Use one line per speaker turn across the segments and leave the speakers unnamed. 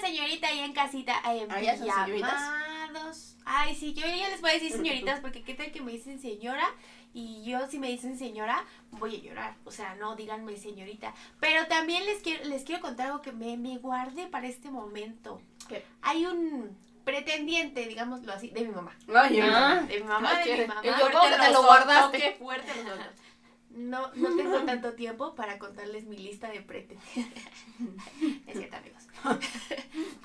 señorita ahí en casita, eh,
Ah, ya son
llamados. Ay, sí, yo ya les voy a decir señoritas porque qué tal que me dicen señora y yo si me dicen señora voy a llorar. O sea, no díganme señorita. Pero también les quiero, les quiero contar algo que me, me guardé para este momento.
¿Qué?
Hay un pretendiente, digámoslo así, de mi mamá.
Ay,
Ah.
De mi mamá, de mi
chévere.
mamá.
Y yo,
Fuerte
¿cómo te lo
soltó,
guardaste?
Qué fuerte lo soltó.
No, no tengo tanto tiempo para contarles mi lista de pretendientes. es cierto, amigos.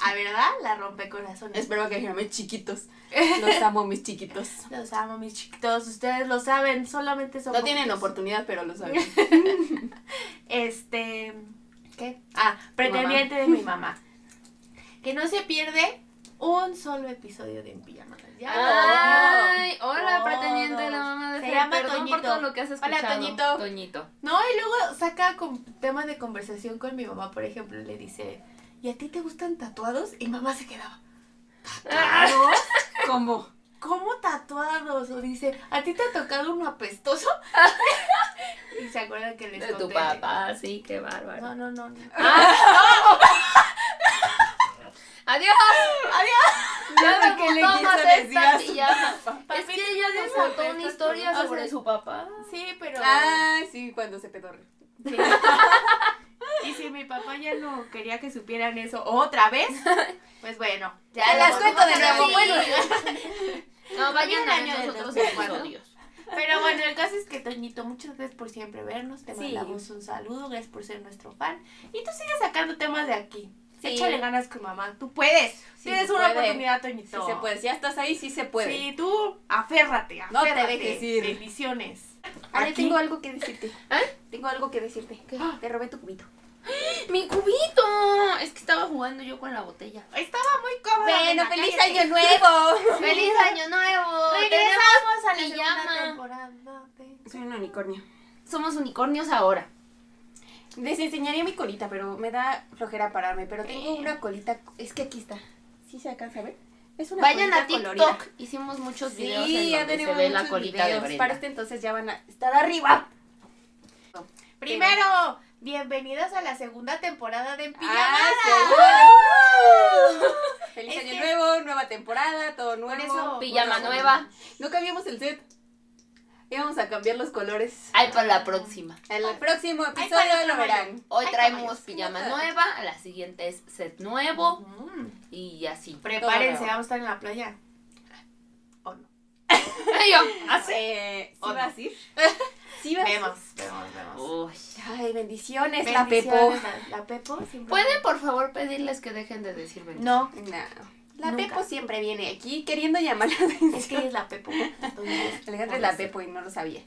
A verdad, la rompe corazones.
Espero que llamen chiquitos. Los amo, mis chiquitos.
Los amo, mis chiquitos. Ustedes lo saben, solamente son.
No tienen
poquitos.
oportunidad, pero lo saben.
Este. ¿Qué? Ah, pretendiente de mi mamá. Que no se pierde un solo episodio de En Pijama. Ya lo
Ay, hola,
Todos.
pretendiente de la mamá de
Se
Fer.
llama
Perdón
Toñito.
por todo lo que has
Hola,
escuchado.
Toñito.
Toñito.
No, y luego saca con temas de conversación con mi mamá, por ejemplo, le dice, ¿y a ti te gustan tatuados? Y mamá se quedaba, ¿tatuados?
¿Cómo?
¿Cómo tatuados? O dice, ¿a ti te ha tocado uno apestoso? y se acuerdan que les
De tu
conté.
papá, sí, qué bárbaro.
No, no, no. no.
Adiós. Adiós. Ya
Lo
me
que le
gustó
quiso
más
decir
esta
a su
pijama. Es
Papi,
que ella
te
desmontó
gustan
una
estos
historia
tatuajes.
sobre su papá.
Sí, pero...
Ay, Ah, sí, cuando se pedorre.
sí. y si mi papá ya no quería que supieran eso otra vez, pues bueno. Ya
Te
lo
las cuento de
volvemos a
nuevo,
repetir.
bueno.
No, vayan
un
a
año
ver
de
los otros
dos mil cuatro.
episodios.
Pero bueno, el caso es que Toñito, muchas gracias por siempre vernos. Te
Sí.
mandamos un saludo, gracias por ser nuestro fan. Y tú sigues sacando temas de aquí.
Sí.
Échale ganas con mamá. Tú puedes.
Sí,
Tienes
se
una
puede.
oportunidad,
Sí
Toñito.
se puede. Si ya estás ahí, sí se puede.
Sí, tú aférrate,
No te
aférrate.
dejes ir.
Bendiciones.
Ale,
Aquí.
tengo algo que decirte.
¿Eh? Ah.
Tengo algo que decirte. Te robé tu cubito.
¡Mi cubito! Es que estaba jugando yo con la botella.
Estaba muy
Ah,
cómoda.
Bueno,
nena,
feliz
cállate.
año nuevo.
¡Feliz año nuevo!
Regresamos a la
pijama.
segunda temporada. de-
Soy un unicornio.
Tenemos- Somos unicornios ahora.
Les enseñaría mi colita, pero me da flojera pararme. Pero tengo una colita. Es que aquí está. ¿Sí se alcanza a ver? Es una
Vayan
colita
a TikTok.
colorida.
Hicimos muchos videos
Sí,
en
ya
donde se
tenemos
ve la
muchos
colita de
videos.
Brenda.
Para este entonces ya van a estar arriba.
Primero, bienvenidos a la segunda temporada de En Pijamada.
Ah, seguro. Feliz
Es
año
que-
nuevo, nueva temporada, todo nuevo.
Por eso-
Pijama
Bueno,
nueva.
No cambiamos el set. Íbamos a cambiar los colores.
Ay, para la próxima.
En el próximo
para
episodio
el
lo
tamaño.
verán.
Hoy
Ay,
traemos
caballos.
pijama nueva, la siguiente es set nuevo
Mm.
y así.
Prepárense,
Todo nuevo.
vamos a estar en la playa. ¿O no?
Y yo, así.
Eh, ¿sí
¿O
vas
no?
a ir? Sí vas a ir.
Vemos, vemos, vemos.
Uy.
Ay, bendiciones, la Pepo.
Bendiciones a La Pepo siempre.
¿Pueden por favor pedirles que dejen de decir bendiciones?
No,
No. La
Nunca.
Pepo siempre viene aquí queriendo llamar la atención.
es que es la Pepo. entonces,
Alejandra
por
es la
eso.
Pepo y no lo sabía.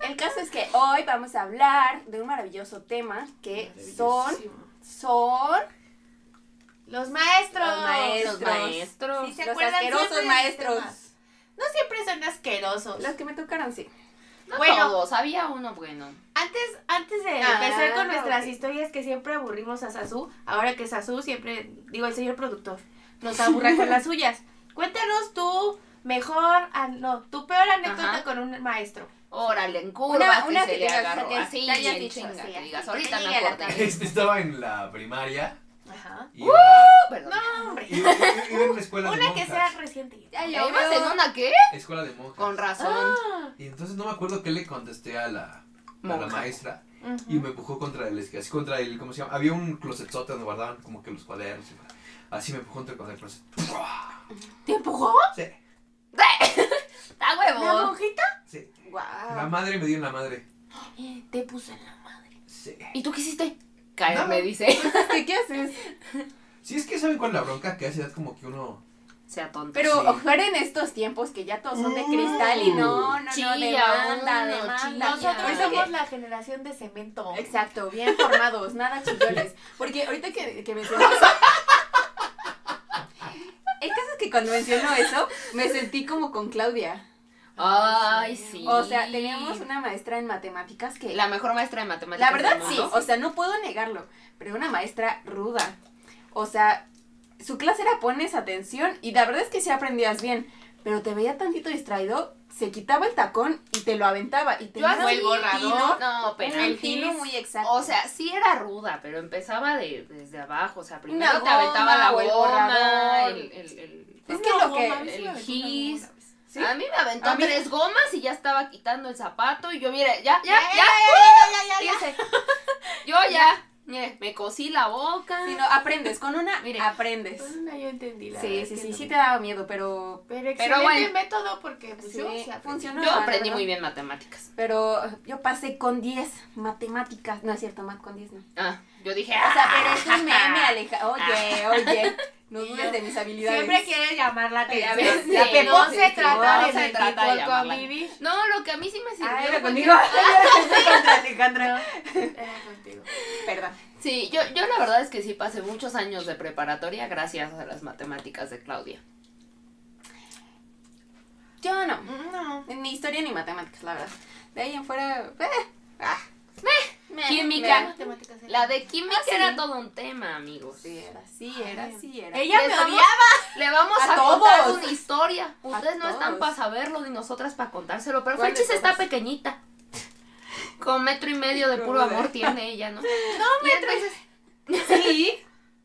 El caso es que hoy vamos a hablar de un maravilloso tema que son, son
Los maestros.
Los maestros.
Los maestros.
Sí, se
los
acuerdan siempre
asquerosos
de
maestros.
mis No siempre son asquerosos.
Los que me tocaron, sí.
No
Bueno.
todos, había uno bueno.
Antes, antes de
Ah,
empezar con nuestras
ok.
historias que siempre aburrimos a Sasú, ahora que Sasú siempre, digo, el señor productor, nos aburra con las suyas. Cuéntanos tú mejor, an- no, tu peor anécdota
Ajá.
con un maestro.
Órale, en curva
Una-
que
una
se
que
le
tengas,
agarró.
que
así,
te hayas
en
dicho,
chinga,
sí,
que
así,
digas,
que
ahorita
te
me
llegue la
acordé.
Este estaba en la primaria.
Ajá.
Iba,
Perdón.
No, hombre.
iba- iba- iba en una escuela de
Una que
monjas.
sea reciente.
Ya Ah.
¿Ya ibas en una qué?
Escuela de monjas.
Con razón.
Y entonces no me acuerdo qué le contesté a la, a la
Monja.
maestra.
Ujú.
Y me empujó contra el, así contra el, ¿cómo se llama? Había un closetzote donde guardaban como que los cuadernos. y- Así me empujó contra contra el closet.
¿Te empujó?
Sí,
¡Ah,
¿La
huevo!
monjita?
sí. La
Ah.
Guau.
madre me dio en la madre.
Eh, Te puso en la madre.
Sí.
¿Y tú qué hiciste? Caerme,
Nada.
dice.
Pues, ¿Qué, qué haces?
Sí, es que ¿saben cuál es la bronca? Que hace edad como que uno...
Sea tonto.
Pero
Sí.
ojalá en estos tiempos que ya todos son de cristal y no, no, no,
Chilla
demanda,
uno, chilla.
demanda.
Nosotros
Ahorita
somos
que-
la generación de cemento.
Exacto, bien formados, nada chillones. Porque ahorita que, que mencionó El caso es que cuando mencionó eso, me sentí como con Claudia.
Ay, sí.
O sea, teníamos una maestra en matemáticas que...
La mejor maestra de matemáticas.
La verdad
del
sí,
mundo.
o sea, no puedo negarlo, pero una maestra ruda. O sea, su clase era pones atención y la verdad es que sí aprendías bien, pero te veía tantito distraído, se quitaba el tacón y te lo aventaba. Y
Yo
tenía
así,
un
el borrador.
tino-
No, pero
un tino muy exacto.
O sea, sí era ruda, pero empezaba de, desde abajo. O sea, primero
Una
te aventaba
goma
la
o el
goma,
borrador.
el, el, el-
Es que lo que-
el gis.
gis.
¿Sí?
A mí me aventó
A mí-
tres gomas y ya estaba quitando el zapato. Y yo, mira, ya, ya, ya. fíjese. Yo ya, mire, me cosí la boca.
Si no, aprendes, con una
Mire.
aprendes.
Una yo entendí la
Sí,
verdad
sí,
es que
sí,
no.
sí te daba miedo, pero...
Pero excelente
Pero bueno.
método porque pues,
Sí,
yo sí aprendí.
funcionó.
yo
no,
aprendí
no, no.
muy bien matemáticas.
Pero yo pasé con 10 matemáticas. No es cierto, mat con 10 no. O
Ah, yo dije,
sea, pero es un meme, Aleja. Oye, oye. No
Y yo
dudes de mis habilidades.
Siempre quieres llamar la
Ay, a
atención.
ver,
La
sí,
Pepo
no,
se
sí,
trata
no
de
se
mentir
trata de
por
llamarla.
convivir.
"Ah, No, lo que a mí sí me sirvió.
Ah,
fue
era
que-
conmigo. Era contra Alejandra.
Era contigo.
Perdón.
Sí, yo, yo la verdad es que sí pasé muchos años de preparatoria gracias a las matemáticas de Claudia.
Yo no.
No.
Ni historia ni matemáticas, la verdad. De ahí en fuera. eh, ah, meh,
Química.
meh.
Matemáticas era-
La de química
Ah, sí.
era todo un tema, amigos.
Sí, era, sí, era, sí, era.
Ella
Les
me
vamos-
odiaba.
Le vamos
A
a, contar
todos.
una historia. Ustedes no están
todos.
para saberlo ni nosotras para contárselo, pero
¿Cuál de
Ferchis está
todas?
pequeñita. Con metro y medio de puro amor tiene ella, ¿no? No, metro. ¿Sí?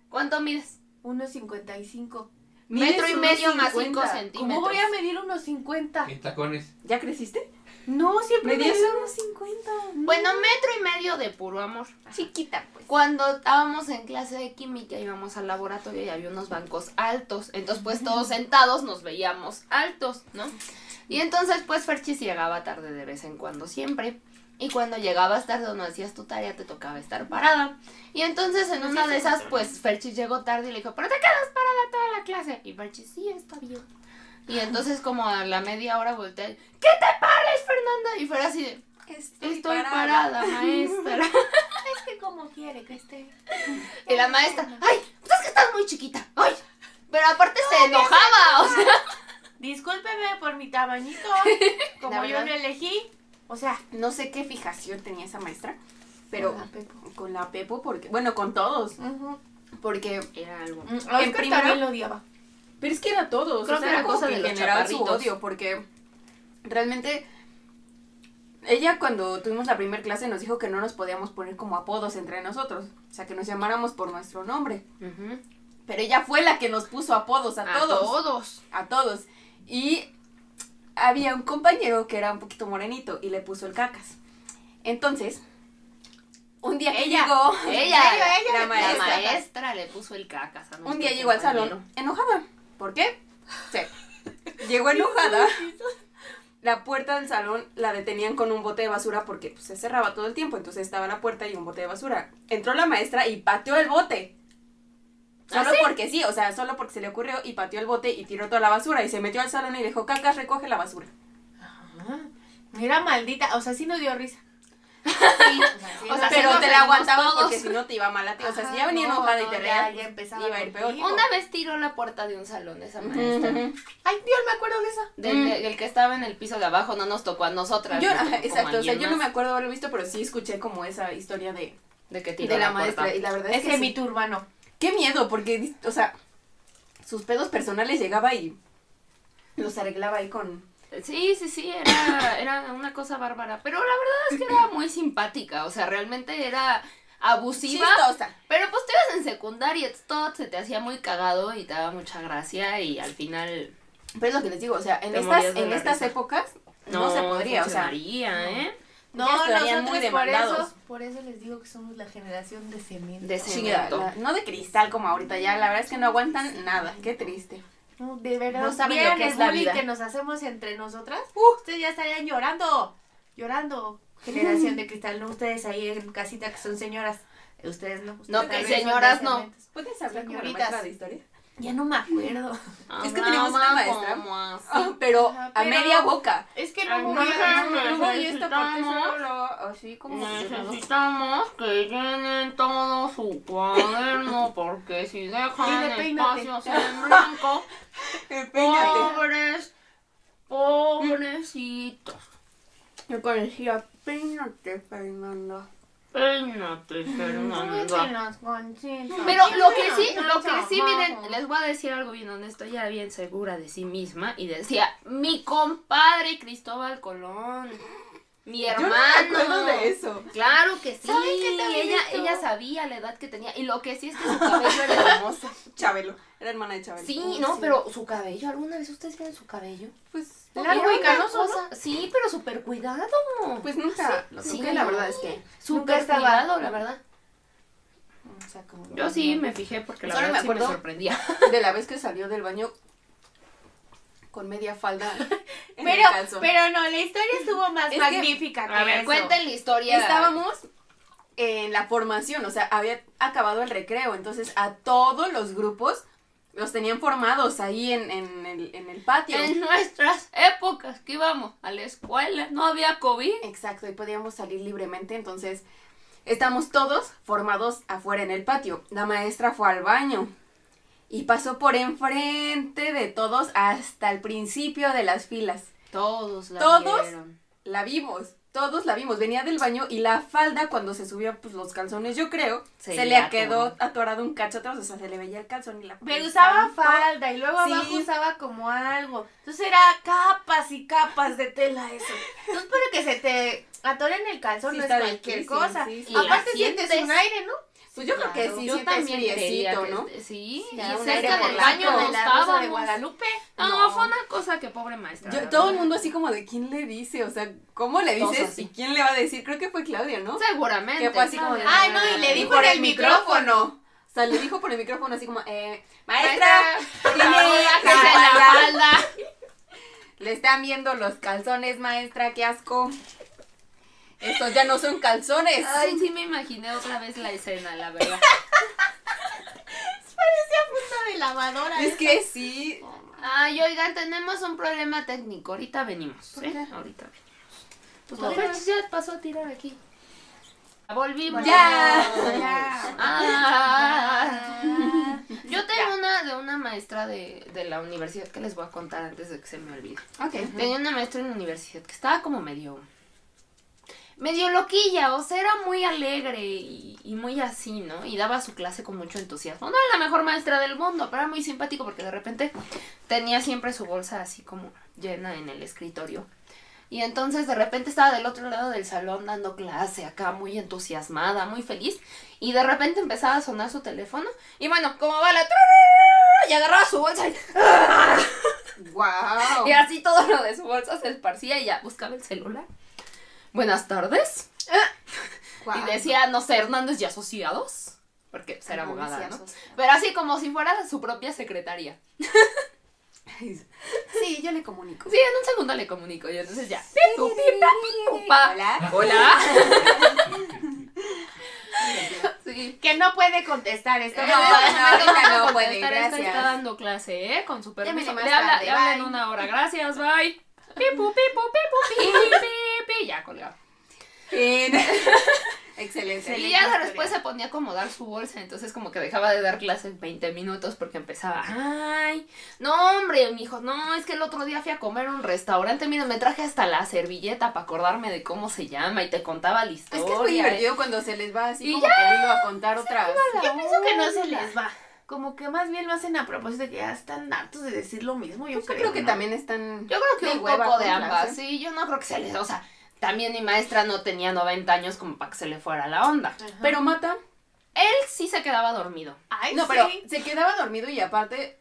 ¿Cuánto mides?
1.55.
Mides
metro y
unos
medio más
50.
5
¿Cómo
centímetros.
voy a medir 1.50?
En tacones.
¿Ya creciste?
No, siempre
Medías
medí
unos
1.50.
Bueno, metro y medio de puro amor.
Chiquita, pues.
Cuando estábamos en clase de química, íbamos al laboratorio y había unos bancos altos. Entonces, pues todos sentados nos veíamos altos, ¿no? Y entonces, pues Ferchis llegaba tarde de vez en cuando, siempre. Y cuando llegabas tarde o no hacías tu tarea, te tocaba estar parada. Y entonces, en una de esas, pues Ferchis llegó tarde y le dijo, ¿pero te quedas parada toda la clase? Y Ferchis, sí, está bien. Y entonces, como a la media hora voltea, y, ¿qué te pares, Fernanda? Y fuera así de,
Estoy,
estoy parada maestra.
Es que como quiere que esté.
Y la maestra, ay, pues es que estás muy chiquita, ay. Pero aparte se enojaba, o sea.
Discúlpeme por mi tamañito.
La
Como
verdad.
yo lo elegí. O sea,
No sé qué fijación tenía esa maestra, pero
Con la Pepo.
con la Pepo, porque, bueno, con todos, porque,
Era algo.
a
En
Oscar
primera-
también lo odiaba.
pero es que era todos,
Creo
o sea,
que era
como
cosa de los
generaba su
chaparritos.
odio, porque realmente ella cuando tuvimos la primera clase nos dijo que no nos podíamos poner como apodos entre nosotros, o sea, que nos llamáramos por nuestro nombre, pero ella fue la que nos puso apodos a,
A
todos.
todos.
a todos. Y había un compañero que era un poquito morenito y le puso el cacas. Entonces, un día que
Ella,
llegó,
ella,
serio? Ella le-
la
La
maestra,
maestra le puso el cacas a nuestro
un día llegó al
compañero.
salón enojada. ¿Por qué? Sí. Llegó enojada. La puerta del salón la detenían con un bote de basura porque pues, se cerraba todo el tiempo, entonces estaba la puerta y un bote de basura. Entró la maestra y pateó el bote.
¿Ah,
Solo
sí?
porque sí, o sea, solo porque se le ocurrió y pateó el bote y tiró toda la basura y se metió al salón y dijo, cacas, recoge la basura.
Era maldita. O sea, sí nos dio risa.
O sea,
pero
sí nos
te la
reímos
aguantabas
todos.
porque si no te iba mal a ti. O sea, si ya
Ajá,
venía
no,
enojada y
no,
te
ya-
reías, pues,
ya empezaba
iba a ir peor.
contigo.
Una vez tiró la puerta de un salón esa maestra.
Ujú.
Ay, Dios, me acuerdo de esa.
Del, del que estaba en el piso de abajo no nos tocó a nosotras.
Yo,
nos tocó
ajá,
como
exacto,
a
o sea,
alguien
yo no me
más
acuerdo haberlo visto, pero sí escuché como esa historia de,
De que tiró
de la
puerta.
maestra. Y la verdad es que
Ese
sí.
mito urbano.
Qué miedo, porque, o sea, sus pedos personales llegaba y los arreglaba ahí con...
Sí, sí, sí, era, era una cosa bárbara. Pero la verdad es que era muy simpática. O sea, realmente era abusiva.
Chistosa.
Pero pues tú ibas en secundaria, entonces todo se te hacía muy cagado y te daba mucha gracia y al final
Pero es lo que les digo, o sea, en
Te
estas,
morías de
en
la
estas
risa.
épocas no, se podría, o sea...
funcionaría, ¿eh?
No,
Ya estarían muy
nosotros por
demandados.
eso, por eso les digo que somos la generación de cemento.
De
sí, la- la- no de cristal como ahorita ya, la verdad es que no aguantan nada, qué triste.
No, de verdad,
No saben
vieran
lo que
el
es la
bullying
vida. Uh.
que nos hacemos entre nosotras. ustedes ya estarían llorando, llorando. Generación de cristal, no ustedes ahí en casita que son señoras. Ustedes no. ustedes
No,
tal
que
vez son
señoras
de
no.
cementos.
¿Puedes hablar como la
Señoritas.
maestra de historia?
Ya no me acuerdo.
Es que teníamos una maestra.
maestra.
Ah, pero
Ajá,
a
pero-
media boca.
Es que
Ay,
no
no, no, no,
me
no.
acuerdo.
y esta parte
necesitamos-
solo, así como...
Necesitamos que llenen todo su cuaderno porque si
Dile,
dejan
peínate.
espacios en blanco,
Empeñate.
pobres, pobrecitos.
Yo conocía, peínate, Fernanda.
Peínate,
Súbete
Fernanda.
los conchitos.
Pero lo que
Bueno,
sí, lo que
mucho
sí, miren,
abajo.
les voy a decir algo bien honesto, ella era bien segura de sí misma y decía, mi compadre Cristóbal Colón, mi
Yo no
hermano.
me acuerdo de eso.
Claro que sí,
¿Saben qué también
ella,
estuvo?
ella sabía la edad que tenía y lo que sí es que su cabello era hermoso.
Chabelo. Era hermana de Chabelo.
Sí,
Uy,
no, pero su cabello, ¿alguna vez ustedes vieron su cabello?
Pues,
Largo
Era
y
una
canoso, ¿no?
cosa- Sí, pero súper cuidado.
pues nunca. Lo
Sí.
toqué, la verdad es que.
Súper
estaba-
cuidado, la verdad.
O sea, como-
Yo sí me fijé porque la
Solo
verdad
me
sí me
acuerdo-
sorprendía.
De la vez que salió del baño con media falda. en el
Pero,
calzón.
pero no, la historia estuvo más
Es que-
magnífica que,
A ver,
eso.
cuenten la historia.
Estábamos en la formación, o sea, había acabado el recreo, entonces a todos los grupos los tenían formados ahí en, en el, en el patio.
En nuestras épocas que íbamos a la escuela, no había COVID.
Exacto, y podíamos salir libremente, entonces estamos todos formados afuera en el patio. La maestra fue al baño y pasó por enfrente de todos hasta el principio de las filas.
Todos la
¿Todos?
vieron.
La vimos, todos la vimos. Venía del baño y la falda cuando se subió pues, los calzones, yo creo,
Se
se,
le
le,
atoró.
quedó atorado un cacho atrás, o sea, se le veía el calzón y la
Pero usaba
tanto-
falda y luego
Sí.
abajo usaba como algo. Entonces era capas y capas de tela eso. Entonces para que se te atore en el calzón
Sí,
no es
está
cualquier
difícil,
cosa.
sí, sí.
Y
Aparte
la
sientes
sientes.
un aire, ¿no?
Pues yo creo que sí,
yo
sientes
también
friecito,
creía que
¿no?
este- Sí,
Sí,
y
un
cerca
aire
del
polaco.
baño no
de la Rosa
estábamos.
de Guadalupe.
No,
No.
fue una cosa que pobre maestra.
Yo-
la
todo el
verdad.
mundo así como de quién le dice, o sea, ¿cómo le
Todos
dices
así.
y quién le va a decir? Creo que fue Claudia, ¿no?
Seguramente.
Que fue así como de-
Ay, no, y le
Y
dijo
por
en
el micrófono. O sea, le dijo por el micrófono así como, eh, maestra,
Maestra,
tiene
bájese la
la falda.
falda.
Le están viendo los calzones, maestra, qué asco. Estos ya no son calzones.
Ay, sí me imaginé otra vez la escena, la verdad.
Punta de lavadora.
es que sí.
Ay, oigan, tenemos un problema técnico. Ahorita venimos. ¿eh? Ahorita venimos. Pues la
Ahorita.
Ferchis ya pasó a tirar aquí. Volvimos.
Ya.
Ya.
Ah. Yo tengo una de una maestra de, de la universidad que les voy a contar antes de que se me olvide.
Ok.
Tenía una maestra en la universidad que estaba como medio. medio loquilla, o sea, era muy alegre y, y muy así, ¿no? Y daba su clase con mucho entusiasmo. No era la mejor maestra del mundo, pero era muy simpático porque de repente tenía siempre su bolsa así como llena en el escritorio. Y entonces de repente estaba del otro lado del salón dando clase, acá muy entusiasmada, muy feliz. Y de repente empezaba a sonar su teléfono. Y bueno, como va la. Y agarraba su bolsa y.
Wow.
Y así todo lo de su bolsa se esparcía y ya buscaba el celular. Buenas tardes. Y decía, no sé, Hernández y Asociados. Porque pues, era abogada, ¿no? Pero así como si fuera su propia secretaria.
Sí, yo le comunico.
Sí, en un segundo le comunico y entonces ya. pipu, pipa, pipupa.
Hola.
Hola. Sí.
Que no puede contestar esto.
No,
no.
ahorita no
no,
puede,
puede, gracias.
gracias.
Ah, Está dando clase, ¿eh? Con su permiso.
Llámele
Le
más
habla,
tarde,
le habla en
bye.
una hora. Gracias, bye. Pipu, pipu, pipu, pipi, pipi. Ya colgado.
Fin. Excelente.
Y ya después se ponía a acomodar su bolsa, entonces como que dejaba de dar clases 20 minutos porque empezaba, ay, no hombre, mi hijo, no, es que el otro día fui a comer a un restaurante, miren, me traje hasta la servilleta para acordarme de cómo se llama y te contaba la historia.
Es que es muy
¿eh?
divertido cuando se les va así
Y
como que hilo a contar otra vez.
Yo pienso que no se les va. Como que más bien lo hacen a propósito de que ya están hartos de decir lo mismo. Yo,
Pues Yo creo que
¿no?
también están.
Yo creo que
de
un
hueva
poco de
con clase.
ambas, sí, yo no creo que se les, o sea, también mi maestra no tenía 90 años como para que se le fuera la onda.
Ajá.
Pero mata.
Él sí se quedaba dormido.
Ay,
No,
sí.
pero se quedaba dormido y aparte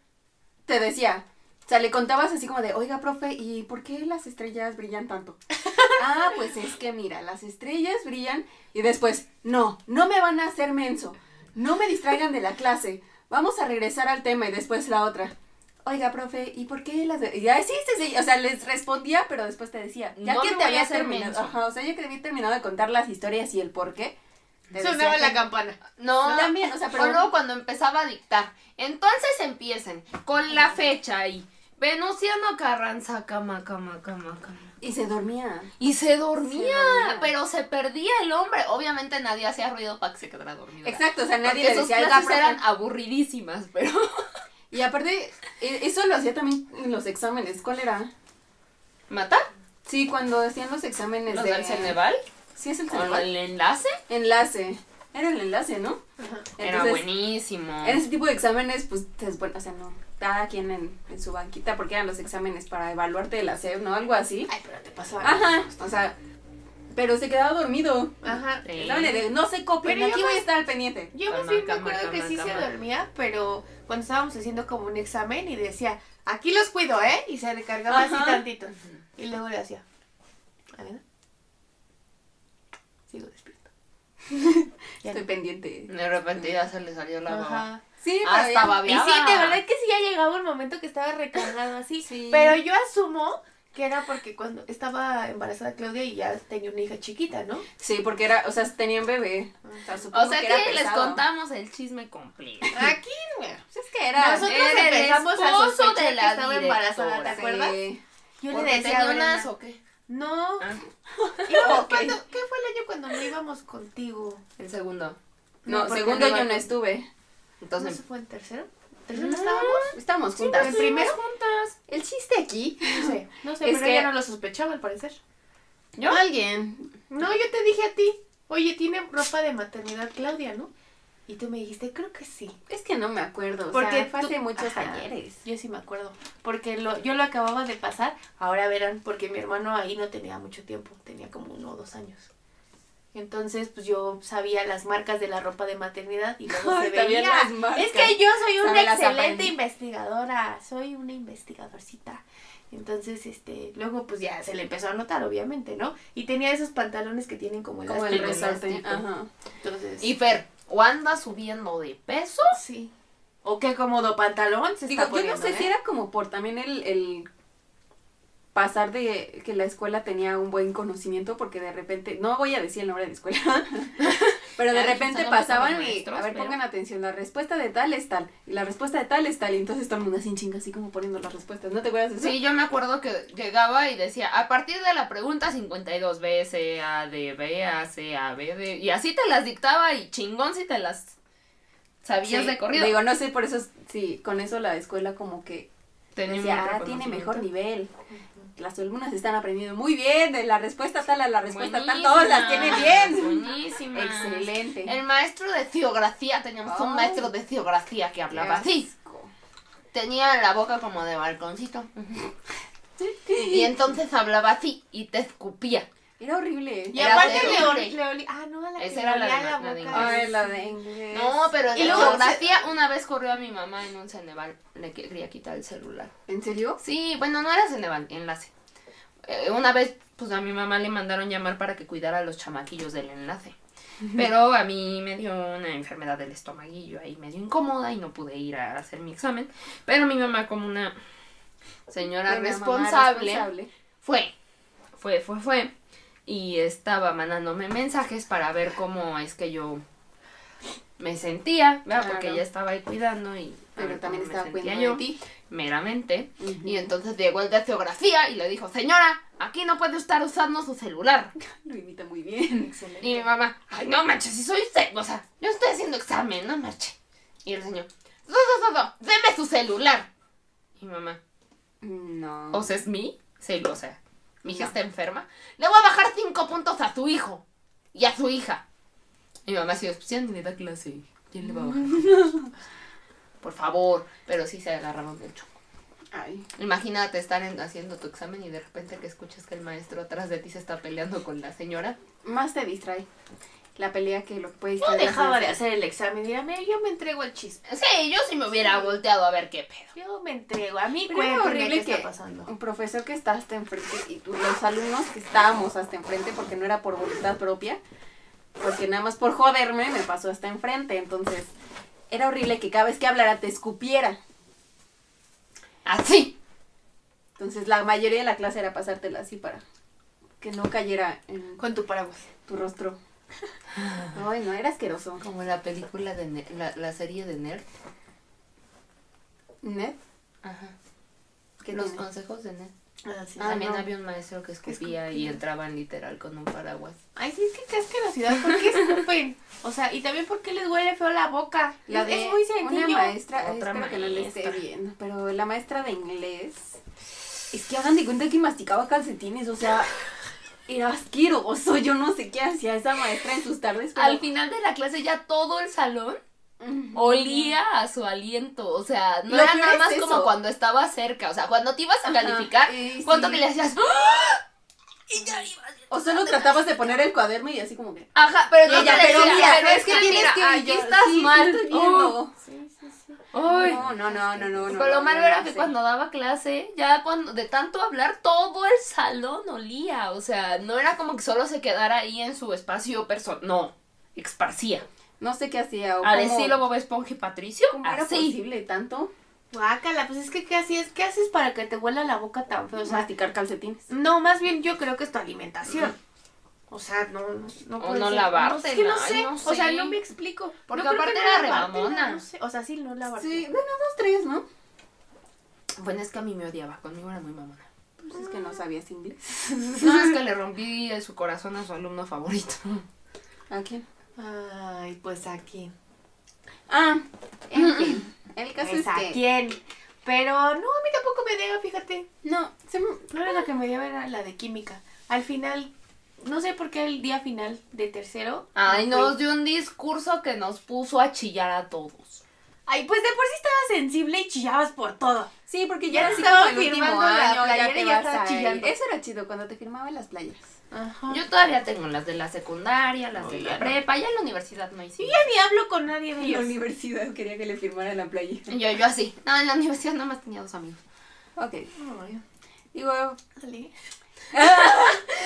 te decía. O sea, le contabas así como de, oiga, profe, ¿y por qué las estrellas brillan tanto? ah, pues es que mira, las estrellas brillan y después, no, no me van a hacer menso, no me distraigan de la clase, vamos a regresar al tema y después la otra. Oiga, profe, ¿y por qué las...? Y ya sí, sí, sí, o sea, les respondía, pero después te decía, ya
No
que te
me voy a
había
hacer
terminado,
menso.
ajá, o sea, ya que te había terminado de contar las historias y el por qué. te
Sonaba
decía
la
que-
campana.
No,
También, o sea, pero-
luego cuando empezaba a dictar. Entonces empiecen con la fecha ahí. Venustiano Carranza, cama, cama, cama, cama.
Y se dormía.
Y se dormía,
Se dormía.
pero se perdía el hombre. Obviamente nadie hacía ruido para que se quedara dormido. ¿verdad?
Exacto, o sea, nadie
Porque
le
sus
decía "Oiga,
clases
profe".
eran aburridísimas, pero...
Y aparte, e- eso lo hacía también en los exámenes. ¿Cuál era?
¿Matar?
Sí, cuando hacían los exámenes
¿Los
de...
del Ceneval?
Sí, es el
¿Con
celular.
el enlace?
Enlace. Era el enlace, ¿no?
Era
Entonces,
buenísimo.
En ese tipo de exámenes, pues, te desbuen- o sea, no, cada quien en, en su banquita, porque eran los exámenes para evaluarte de la SEP, ¿no? Algo así.
Ay, pero te pasó algo.
Ajá, o sea, pero se quedaba dormido.
Ajá.
Sí.
Estaba en el- No se copien,
Pero yo
aquí voy
más-
a estar al pendiente.
Yo más
Cama,
bien me
cama,
acuerdo que
cama,
sí se
cama.
dormía, pero cuando estábamos haciendo como un examen y decía, aquí los cuido, ¿eh? Y se recargaba
Ajá.
así tantito. Y luego le hacía, a ver, sigo despierto. Ya
Estoy
no.
pendiente.
De repente ya se le salió la baba.
Ajá.
Sí,
Ah,
pero
estaba
ya-
Y sí, de verdad que sí ya llegaba un momento que estaba recargado así.
Sí.
Pero yo asumo que era porque cuando estaba embarazada Claudia y ya tenía una hija chiquita, ¿no?
Sí, porque era, o sea, tenían bebé. O sea,
O
supongo
sea
que
que,
era
les
pesado.
contamos el chisme completo.
Aquí, bueno.
Pues es que era.
Nosotros
era el
empezamos a
esposo
sospechar
de
que
la
estaba embarazada, ¿te
directora.
Sí.
acuerdas? Yo le
Porque
decía a
tenía
Brenda,
unas o qué?
No.
Ah.
Íbamos
Ok.
cuando- ¿Qué fue el año cuando no íbamos contigo?
El segundo.
No,
porque
segundo yo
iba
no
con-
estuve.
¿No
Entonces,
se fue en tercero? ¿Tercero no estábamos?
Estábamos juntas.
¿En primero?
El chiste aquí.
No sé, no sé,
Es
pero
que-
ella no lo sospechaba al parecer.
¿Yo?
Alguien.
No, yo te dije a ti, oye, tiene ropa de maternidad Claudia, ¿no? Y tú me dijiste, creo que sí.
Es que no me acuerdo.
Porque
Porque sea, fue
tú-
hace muchos
Ajá.
ayeres.
Yo sí me acuerdo, porque lo, yo lo acababa de pasar, ahora verán, porque mi hermano ahí no tenía mucho tiempo, tenía como uno o dos años. Entonces, pues yo sabía las marcas de la ropa de maternidad y luego se
Ay, también
veía.
las marcas.
Es que yo soy una
También las
excelente
aprendí.
investigadora, soy una investigadorcita. Entonces, este, luego pues ya se le empezó a notar, obviamente, ¿no? Y tenía esos pantalones que tienen como el
Como el
elástico,
resorte.
elástico.
Ajá.
Entonces,
Y Fer, ¿o anda subiendo de peso?
sí. O qué cómodo pantalón se
Digo,
está
yo no
poniendo,
sé
¿eh?
si era como por también el, el pasar de que la escuela tenía un buen conocimiento, porque de repente, no voy a decir el nombre de la escuela, pero de
Ay,
repente
salgamos
pasaban
como
y,
maestros,
a ver,
pero-
pongan atención, la respuesta de tal es tal, y la respuesta de tal es tal, y entonces todo el mundo así en chinga, así como poniendo las respuestas, ¿no te acuerdas de eso?
Sí, yo me acuerdo que llegaba y decía, a partir de la pregunta 52, B, C, A, D, B, A, C, A, B, D, y así te las dictaba y chingón si te las sabías
Sí,
de corrido.
Digo, no sé, por eso, sí, con eso la escuela como que
Tenía un
decía,
buen
ah, tiene mejor
reconocimiento.
nivel. Las alumnas están aprendiendo muy bien, de la respuesta tal a la respuesta tal,
Buenísimas,
todas las tienen bien.
Buenísimas.
Excelente. Oh.
El maestro de geografía, teníamos un
Ay.
maestro de geografía que hablaba así. Tenía la boca como de balconcito. Y entonces hablaba así y te escupía.
Era horrible.
Y
Era
aparte
de
le
hombre.
olí, le olí- Ah, no, a la que
Esa
le
era la
olía
de
la
ma- la de
boca.
Ay, la de inglés.
No, pero
Y
de
luego se-
geografía una vez corrió a mi mamá en un Ceneval. Le que- quería quitar el celular.
¿En serio?
Sí, bueno, no era Ceneval, enlace. Eh, una vez, pues a mi mamá le mandaron llamar para que cuidara a los chamaquillos del enlace. Pero a mí me dio una enfermedad del estomaguillo ahí medio incómoda y no pude ir a hacer mi examen. Pero mi mamá, como una señora
Era
responsable, fue, fue, fue, fue. Y estaba mandándome mensajes para ver cómo es que yo me sentía, ¿verdad? Porque
Claro.
ella estaba ahí cuidando y a
Pero
ver
también
cómo me
estaba
sentía
cuidando
yo,
de ti.
meramente.
Ujú.
Y entonces llegó el de geografía y le dijo, señora, aquí no puede estar usando su celular.
Lo imita muy bien.
Y mi mamá, ay, no manches, si soy usted, o sea, yo estoy haciendo examen, no manches. Y el señor, no, no, no, no, deme su celular. Y mi mamá,
No.
o sea, es mi celu, o sea, mi hija está enferma. Le voy a bajar cinco puntos a su hijo y a su hija. Y mi mamá se pues ya ni le da clase. ¿Quién le va a bajar? Por favor, pero sí se agarraron del chongo.
Ay.
Imagínate estar en- haciendo tu examen y de repente que escuchas que el maestro atrás de ti se está peleando con la señora.
Más te distrae la pelea que lo que puede
Yo
distraer.
dejaba de hacer el examen y mira, yo me entrego al chisme.
Sí, yo sí me hubiera volteado a ver qué pedo.
Yo me entrego. A mí
Pero era
cuéntenme
horrible
qué está
que-
pasando.
Un profesor que está hasta enfrente y tú- los alumnos que estábamos hasta enfrente porque no era por voluntad propia, porque nada más por joderme me pasó hasta enfrente. Entonces, era horrible que cada vez que hablara te escupiera.
Así.
Entonces, la mayoría de la clase era pasártela así para que no cayera en
Con tu paraguas.
tu rostro. Ay, no, era asqueroso.
Como la película de Ne- la, la serie de Nerd.
¿Ned?
Ajá.
¿Qué
Los
tiene?
consejos de Ned.
Ah,
También
no.
había un maestro que escupía y entraban literal con un paraguas.
Ay, sí, es que qué asquerosidad. ¿Por qué escupen? O sea, y también por qué les huele feo la boca.
La
es,
de
es muy sencillo.
Una maestra, ay,
Otra
espero que no le esté
maestra.
viendo, pero la maestra de inglés. Es que hagan de cuenta que masticaba calcetines, o sea, era asqueroso. Yo no sé qué hacía esa maestra en sus tardes. pero-
Al final de la clase ya todo el salón olía a su aliento, o sea, no
Lo
era
peor
nada
es
más como
eso.
cuando estaba cerca, o sea, cuando te ibas a calificar,
Eh,
¿cuánto
sí.
que le hacías? ¡Ah!
O solo tratabas de poner el cuaderno y así como que.
Ajá, pero no
Ella,
te
pero
decía,
mira,
pero es que mira, aquí
yo-
estás
sí, sí
mal.
estoy viendo.
Sí, sí, sí.
Oh, ay.
No, no, no, no, no. no,
pero lo
no,
malo
no,
era
no
que
sé.
cuando daba clase, ya cuando de tanto hablar, todo el salón olía. O sea, no era como que solo se quedara ahí en su espacio personal. No, esparcía.
No sé qué hacía. O cómo-
A
Ah,
decirlo Bob Esponja y Patricio,
¿Cómo era
así.
posible tanto
Guácala, pues es que ¿qué haces? ¿Qué haces para que te huela la boca tan feo? O sea,
masticar calcetines?
no, más bien yo creo que es tu alimentación. O sea, no, no, no
O
puede
no
ser.
lavártela,
No, es que no
ay,
sé,
no
o sea,
sé.
no me explico.
Porque
No creo
aparte
que
era
lavártela,
rebamona.
no sé. O sea, sí, no lavártela.
Sí, bueno, dos, tres, ¿no?
Bueno, es que a mí me odiaba, conmigo era muy mamona.
Pues es que no sabías inglés.
No, es que le rompí su corazón a su alumno favorito.
¿A quién?
Ay, pues a quién.
Ah, en fin. El caso
Pues a
es que.
quién. Pero no, a mí tampoco me deja, fíjate.
No, se me-
No era la que me dio, era la de química. Al final, no sé por qué el día final de tercero.
Ay,
fui.
nos dio un discurso que nos puso a chillar a todos.
Ay, pues de por sí estaba sensible y chillabas por todo.
Sí, porque
Ya
ya era así
estaba
como el último
firmando la
año,
playera
ya te
y ya
vas
estaba
a ir.
chillando.
Eso era chido cuando te firmaban las playeras.
Ajá. Yo,
Yo todavía tengo las de la secundaria, las
No,
de
ya
la
no.
prepa, ya en la universidad no hice.
ya ni hablo con nadie de
En la
ellos.
universidad quería que le firmaran la playera.
Yo, yo así. No, en la universidad nada más tenía dos amigos.
Ok,
Ay,
digo,
dale.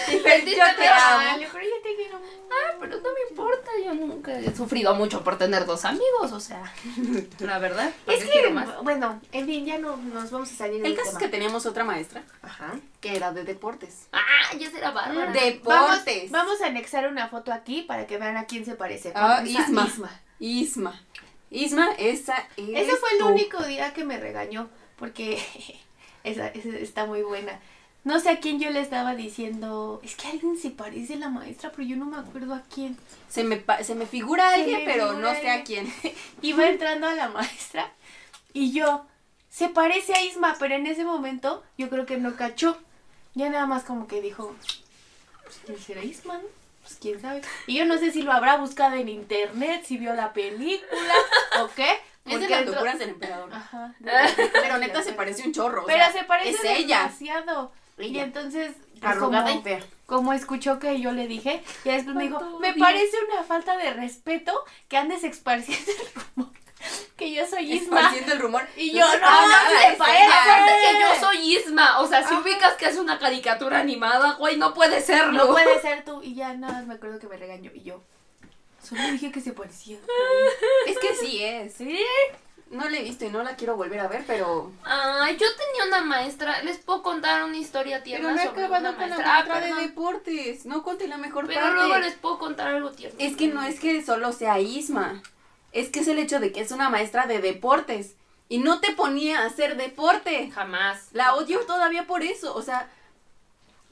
Perdiste
yo te amo.
Dale, pero yo te quiero mucho.
Ah, pero no me importa, yo nunca he sufrido mucho por tener dos amigos, o sea, la verdad. ¿para
Es
qué
que,
quiero más?
bueno, en fin, ya no nos vamos a salir
El
del
caso es
Este tema.
que teníamos otra maestra
Ajá.
que era de deportes.
Ah, ya será bárbara.
Vamos,
Deportes.
vamos a anexar una foto aquí para que vean a quién se parece.
Ah,
Porque está
Isma. Isma. Isma, esa eres
Ese fue el
tú.
único día que me regañó, porque esa, esa está muy buena. No sé a quién yo le estaba diciendo, es que alguien se parece a la maestra, pero yo no me acuerdo a quién.
Se me, pa- se me figura a
Se
alguien,
me
pero
figura
no sé a
alguien.
quién.
Iba entrando a la maestra y yo, se parece a Isma, pero en ese momento yo creo que no cachó. Ya nada más como que dijo, pues ¿quién será Isma? no? Pues quién sabe. Y yo no sé si lo habrá buscado en internet, si vio la película o qué.
Es de
porque
las
entró-
locuras del emperador.
Ajá.
Pero neta se parece un chorro. o
Ah. Pero
sea,
se parece
es ella.
demasiado. Y
Ella.
entonces, pues,
Arrugada y
como,
fea.
como escuchó que yo le dije, y después me dijo,
Cuánto
me
odio".
parece una falta de respeto que andes esparciendo el rumor que yo soy Isma.
Esparciendo el rumor.
Y yo,
se
no,
está
no
nada,
se
ah, es
parece.
ella.
Aparte que yo soy Isma, o
Ah.
sea, si ubicas que es una caricatura animada, güey, no puede serlo.
No puede ser tú. Y ya nada más me acuerdo que me regañó. Y yo, solo dije que se parecía.
Es que sí es.
Sí.
No la he visto y no la quiero volver a ver, pero.
Ay, yo tenía una maestra, les puedo contar una historia
Pero
tierna
no he
sobre una
acabado con la
maestra. Ah,
maestra de
perdón.
deportes. No conté la mejor
Pero
parte.
luego les puedo contar algo tierno.
Es que no es que solo sea Isma. Es que es el hecho de que es una maestra de deportes. Y no te ponía a hacer deporte.
Jamás.
La odio todavía por eso. O sea,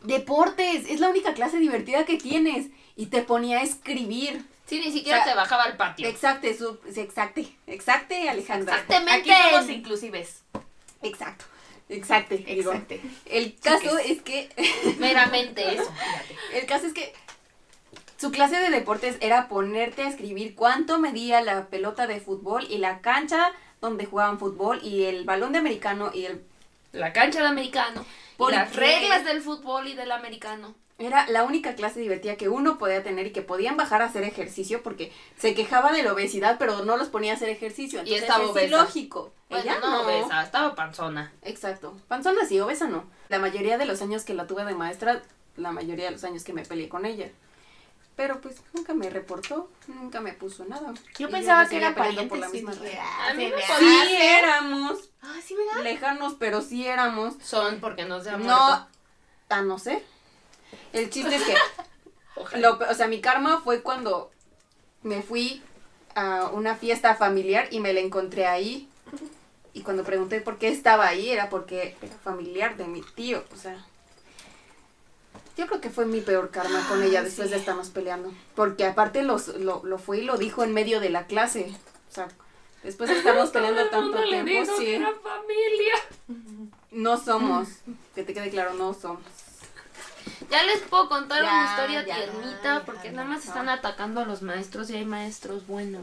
deportes. Es la única clase divertida que tienes. Y te ponía a escribir.
Sí, ni siquiera
O sea,
te bajaba al patio.
Exacte, su- exacte. Exacte, Alejandra.
Aquí
Exactamente.
somos inclusives.
Exacto. Exacte. digo.
Exacto.
El caso
Chiques.
es que
Meramente eso, fíjate.
El caso es que su clase de deportes era ponerte a escribir cuánto medía la pelota de fútbol y la cancha donde jugaban fútbol y el balón de americano y el
La cancha de americano.
¿Por
y las
qué?
reglas del fútbol y del americano.
era la única clase divertida que uno podía tener y que podían bajar a hacer ejercicio porque se quejaba de la obesidad pero no los ponía a hacer ejercicio.
Y
Entonces,
estaba
es
obesa.
ilógico.
Bueno,
Ella
no, obesa, estaba panzona.
Exacto. Panzona sí, obesa no. La mayoría de los años que la tuve de maestra, la mayoría de los años que me peleé con ella. Pero pues nunca me reportó, nunca me puso nada.
Yo
Y
pensaba
me
que
seguía
era pariente.
peleando por la misma razón.
A mí me
Sí éramos
Ah, sí, ¿verdad?
lejanos, pero sí éramos.
Son porque no se han
No, a no ser. El chiste es que, lo pe- o sea, mi karma fue cuando me fui a una fiesta familiar y me la encontré ahí. Y cuando pregunté por qué estaba ahí, era porque era familiar de mi tío, o sea. Yo creo que fue mi peor karma con
Ah,
ella después de estarnos peleando. Porque aparte los, lo, lo fue y lo dijo en medio de la clase. O sea, después de estarnos peleando tanto tiempo, sí.
familia.
No somos, que te quede claro, no somos.
Ya les puedo contar
Ya,
una historia
ya,
tiernita
ya,
porque
ya,
nada más
ya.
están atacando a los maestros y hay maestros buenos.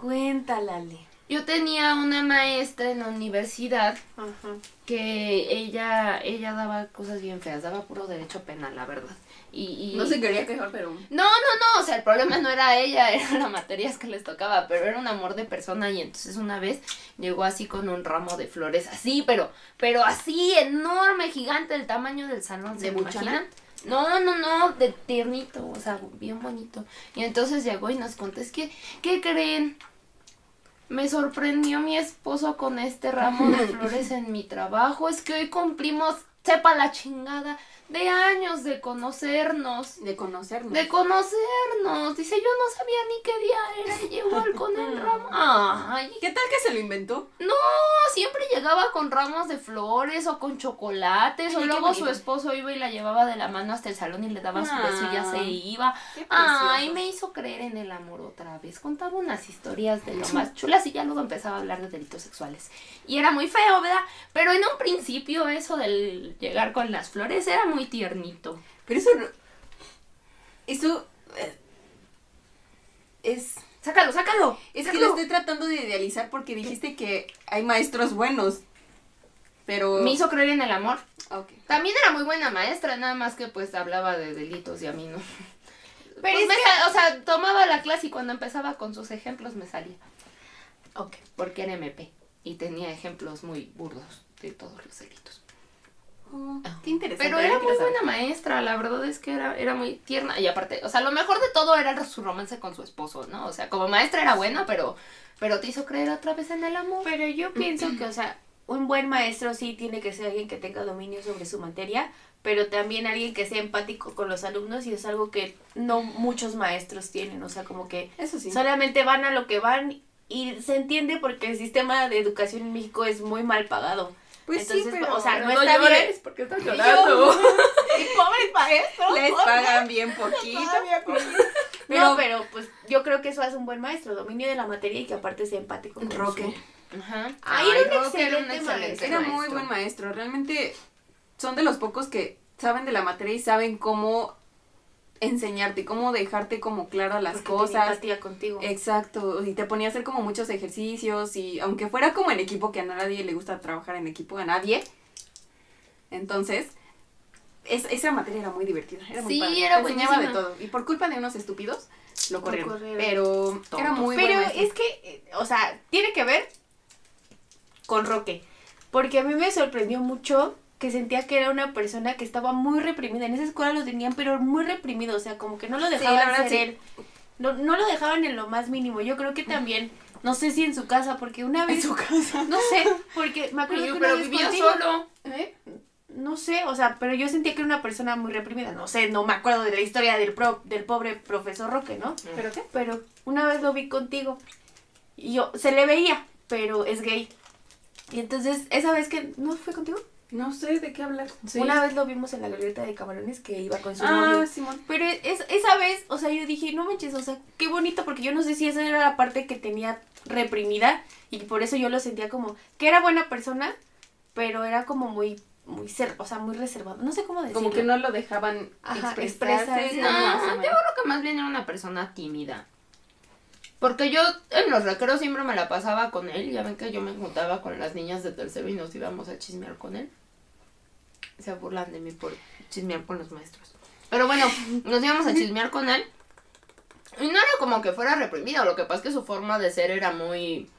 Cuéntala, Ale.
Yo tenía una maestra en la universidad
Ajá.
que ella ella daba cosas bien feas, daba puro derecho penal, la verdad. Y, y-
No se quería quejar, pero.
No, no, no, o sea, el problema no era ella, eran las materias que les tocaba, pero era un amor de persona y entonces una vez llegó así con un ramo de flores, así, pero, pero así, enorme, gigante, el tamaño del salón, ¿se
¿De Buchana?
imaginan? No, no, no, de tiernito, o sea, bien bonito. Y entonces llegó y nos contó, es que, ¿qué creen? Me sorprendió mi esposo con este ramo de flores en mi trabajo, es que hoy cumplimos, sepa la chingada, de años de conocernos.
De conocernos.
De conocernos. Dice, yo no sabía ni qué día era. y Llegó al con el ramo. Ay,
¿Qué tal que se lo inventó?
no, siempre llegaba con ramos de flores o con chocolates.
Ay,
o
qué
luego su
bonito.
esposo iba y la llevaba de la mano hasta el salón y le daba su beso y ya se
Ah.
iba.
Qué
Ay,
precioso.
me hizo creer en el amor otra vez. Contaba unas historias de lo más chulas y ya luego empezaba a hablar de delitos sexuales. Y era muy feo, ¿verdad? Pero en un principio eso del llegar con las flores era muy tiernito.
Pero eso. no- Eso. eh, Es.
Sácalo, sácalo.
Es que este
sácalo.
lo estoy tratando de idealizar porque dijiste que hay maestros buenos. Pero. Ah,
Me hizo creer en el amor.
Ok.
También era muy buena maestra, nada más que pues hablaba de delitos y a mí no.
Pero
Pues,
es
me
que-
sa- O sea, tomaba la clase y cuando empezaba con sus ejemplos me salía.
Ok.
Porque era MP y tenía ejemplos muy burdos de todos los delitos.
Oh,
Ah.
qué interesante.
Pero era muy
interesante.
buena maestra, la verdad es que era, era muy tierna. Y aparte, o sea, lo mejor de todo era su romance con su esposo, ¿no? O sea, como maestra era buena, pero, pero te hizo creer otra vez en el amor.
Pero yo pienso que, o sea, un buen maestro sí tiene que ser alguien que tenga dominio sobre su materia, pero también alguien que sea empático con los alumnos y es algo que no muchos maestros tienen, o sea, como que
Eso sí.
solamente van a lo que van y se entiende porque el sistema de educación en México es muy mal pagado.
Pues sí,
Entonces,
pero.
o sea, no,
no
está
llores,
bien.
porque estás
llorando. Y pobres maestros.
les
pobres.
pagan bien poquito.
Pero, no, pero pues yo creo que eso hace un buen maestro, dominio de la materia y que aparte sea empático. con
Roque.
su-
Ajá.
Ay, era un
Roque
excelente maestro.
Era muy buen maestro. Realmente son de los pocos que saben de la materia y saben cómo enseñarte, cómo dejarte como clara las
porque tiene
cosas.
empatía contigo.
Exacto, y te ponía a hacer como muchos ejercicios y aunque fuera como en equipo, que a nadie le gusta trabajar en equipo, a nadie. Entonces, es- esa materia era muy divertida, era muy
Sí,
padre.
era
te enseñaba de
buenísima.
todo. Y por culpa de unos estúpidos, lo corrieron.
corrieron.
Pero era muy
Pero
buena.
es que, eh, o sea, tiene que ver con Roque. Porque a mí me sorprendió mucho que sentía que era una persona que estaba muy reprimida. En esa escuela lo tenían, pero muy reprimido. O sea, como que no lo
la
dejaban
verdad,
ser
sí.
él. No, no lo dejaban en lo más mínimo. Yo creo que también, no sé si en su casa, porque una vez...
casa.
No sé, porque me acuerdo que una
pero
vez
vivía
contigo-
solo.
No sé, o sea, pero yo sentía que era una persona muy reprimida. No sé, no me acuerdo de la historia del, pro- del pobre profesor Roque, ¿no?
¿Pero qué?
pero una vez lo vi contigo y yo se le veía, pero es gay. Y entonces, esa vez que no fue contigo,
No sé de qué hablar.
una vez lo vimos en la glorieta de camarones que iba con su
Ah,
novio.
Simón.
Pero es- esa vez, o sea, yo dije, no manches, o sea, qué bonito, porque yo no sé si esa era la parte que tenía reprimida y por eso yo lo sentía como que era buena persona, pero era como muy, muy, cer- o sea, muy reservado. No sé cómo decirlo.
Como que no lo dejaban
Ajá,
expresarse.
expresarse.
de alguna
No,
forma.
yo creo que más bien era una persona tímida. Porque yo en los recreos siempre me la pasaba con él. Ya ven que yo me juntaba con las niñas de tercero y nos íbamos a chismear con él. Se burlan de mí por chismear con los maestros. Pero bueno, nos íbamos a chismear con él. Y no era como que fuera reprimido. Lo que pasa es que su forma de ser era muy.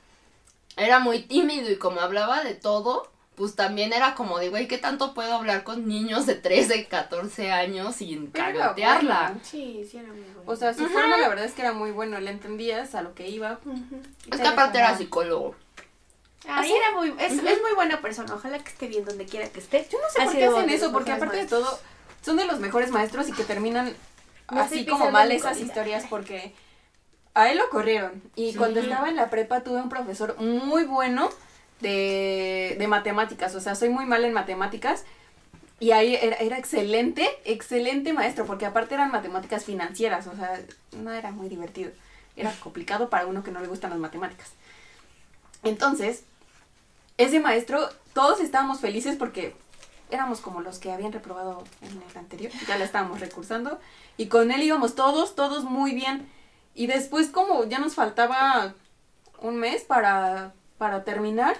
Era muy tímido y como hablaba de todo, pues también era como de, güey, ¿qué tanto puedo hablar con niños de 13, 14 años sin
Pero era
cagotearla?
bueno.
Sí, sí, era muy bueno.
O sea, su forma la verdad es que era muy bueno, le entendías a lo que iba.
Ujú.
Es que aparte era psicólogo.
Ahí Ah, era muy, es, es muy buena persona, ojalá que esté bien donde quiera que esté. Yo no
sé por qué hacen eso, porque aparte de todo, son de los mejores maestros y que terminan
Me
así
estoy
como
pisando
mal
mi
esas
colita.
historias porque a él lo corrieron. Y cuando estaba en la prepa tuve un profesor muy bueno de, de matemáticas, o sea, soy muy mal en matemáticas. Y ahí era, era excelente, excelente maestro, porque aparte eran matemáticas financieras, o sea, no era muy divertido. Era complicado para uno que no le gustan las matemáticas. Entonces, ese maestro, todos estábamos felices porque éramos como los que habían reprobado en el anterior, ya la estábamos recursando, y con él íbamos todos, todos muy bien. Y después como ya nos faltaba un mes para, para terminar,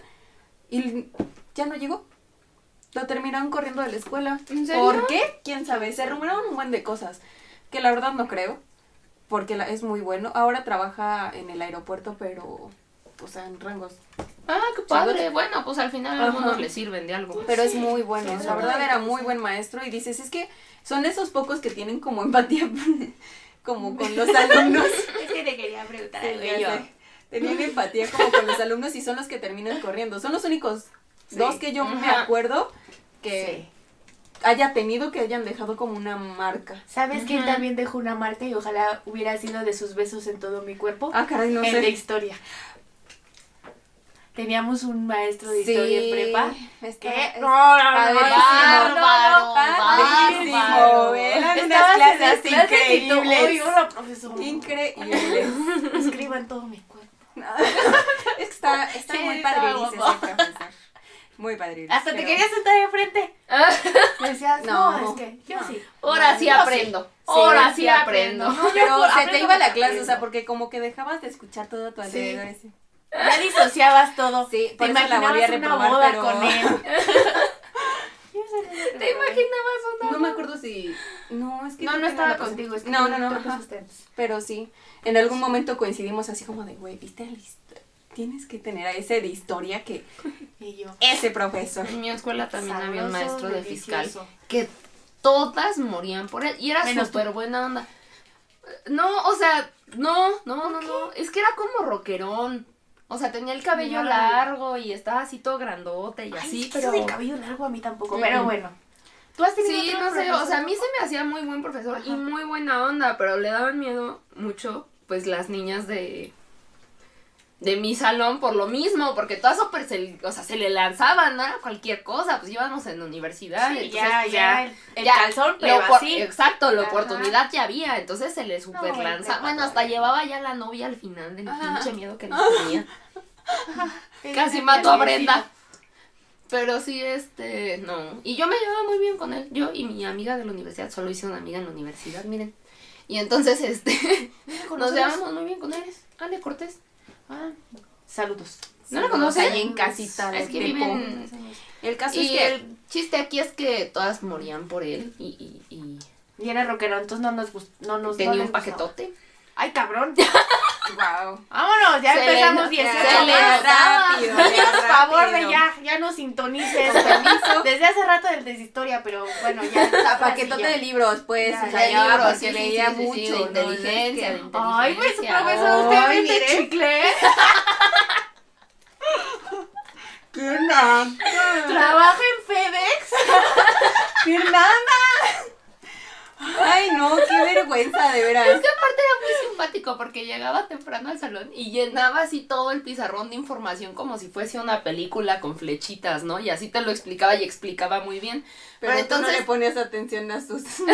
y ya no llegó. Lo terminaron corriendo de la escuela.
¿En serio?
¿Por qué? ¿Quién sabe? Se rumoraron un buen de cosas, que la verdad no creo, porque la- es muy bueno. Ahora trabaja en el aeropuerto, pero, o sea, en rangos
Ah, qué padre. Bueno, pues al final a
Ajá.
algunos le sirven de algo.
Pero es muy bueno,
Sí,
la
claro.
verdad era muy buen maestro y dices, es que son esos pocos que tienen como empatía como con los alumnos.
Es que te quería preguntar
Sí,
algo
ya
y yo.
sé. Tenían empatía como con los alumnos y son los que terminan corriendo. Son los únicos
Sí.
dos que yo me
Ajá.
acuerdo
Sí.
que haya tenido que hayan dejado como una marca.
¿Sabes que
Ujú.
también dejó una marca y ojalá hubiera sido de sus besos en todo mi cuerpo?
Ah, caray, no
el de
sé.
historia. Teníamos un maestro de historia en prepa. Ah,
está-
Que
es-
no, no, no,
padrísimo.
no, no,
Padrísimo.
padrísimo.
Eran unas
Estabas en las
clases
y tú,
increíbles.
"Uy, hola, profesor.
Increíble.
Escriban todo mi cuerpo.
Es que está, está
Sí,
muy
estaba
padrilice ese
guapo.
profesor. Muy padrilice.
Hasta te
pero-
querías sentar enfrente. Me decías, no,
No,
es que yo
no.
sí.
Ahora sí
Yo
aprendo. Ahora sí aprendo.
No, yo
Pero
por-
se te
aprendo
iba la
porque
clase, o sea,
aprendo.
porque como que dejabas de escuchar todo a tu alrededor. ese.
Ya disociabas todo.
Sí,
te
por eso la
imaginabas
volví a
una
reprobar,
boda
pero-
con él. Yo sé que-
¿Te imaginabas una?
No me acuerdo si. No, es que.
No,
creo
no
que
estaba
la pasé.
contigo. es que
No, no, no.
tú
ajá.
pasaste.
Pero sí, en algún momento coincidimos así como de, güey, viste la hist- Tienes que tener a ese de historia que.
Y yo.
Ese profesor.
En mi escuela también había un
sabroso,
maestro de fiscal
delicioso.
que todas morían por él. Y era
Menos
súper buena onda. No, o sea, no, no, no, no. Es que era como rockerón. O sea, tenía el cabello
No.
largo y estaba así todo grandote y
Ay,
así,
pero...
pero.
de cabello largo a mí tampoco.
Mm.
Pero bueno. ¿Tú has tenido
Sí,
otro
no sé, o
profesor?
sea, a mí se me hacía muy buen profesor y
Ajá.
muy buena onda, pero le daban miedo mucho, pues, las niñas de de mi salón por lo mismo, porque todas súper se, o sea, se le lanzaban, no era cualquier cosa, pues íbamos en universidad,
Sí,
entonces,
ya,
pues,
ya. El, el
ya,
calzón,
la
pero
opor-
así.
Exacto, la
Ajá.
oportunidad ya había, entonces se le super
el
lanzaba.
prepa
Bueno,
todavía.
hasta llevaba ya la novia al final del
Ajá.
pinche miedo que les tenía. Casi mató a Brenda. Pero sí, este, no. Y yo me llevaba muy bien con él. Yo y mi amiga de la universidad, solo hice una amiga en la universidad, miren. Y entonces, este, nos llevamos muy bien con él. Ale Cortés.
Ah, saludos.
¿No la conoces?
Ahí en casita.
Es
de
que
Tepo.
viven...
El caso es
Y
que.
el chiste aquí es que todas morían por él y, y, y
Y era rockero, entonces no nos gustó. No nos, no
tenía
les
un paquetote.
gustaba. Ay, cabrón.
Wow.
Vámonos, ya
Se le
empezamos
no-
18
se le
más.
rápido.
Por favor, de ya, ya nos sintonices. Desde hace rato del deshistoria, pero bueno, ya. ahora
Paquetote
sí ya.
de libros, pues.
Ya,
o
ya,
sea, ya,
libros,
porque
sí, sí,
leía
sí, sí,
mucho.
sí,
¿no?
de
Es que-
inteligencia, de inteligencia.
Ay, pues profesor,
Ay,
usted vende
mire.
chicle.
Fernanda.
Trabaja en FedEx.
Fernanda. Ay, no, qué vergüenza, de
Es
veras.
que aparte era muy simpático porque llegaba temprano al salón y llenaba así todo el pizarrón de información como si fuese una película con flechitas, ¿no? Y así te lo explicaba y explicaba muy bien.
Pero,
Pero
entonces
ah, entonces-
no le ponías atención a sus. ya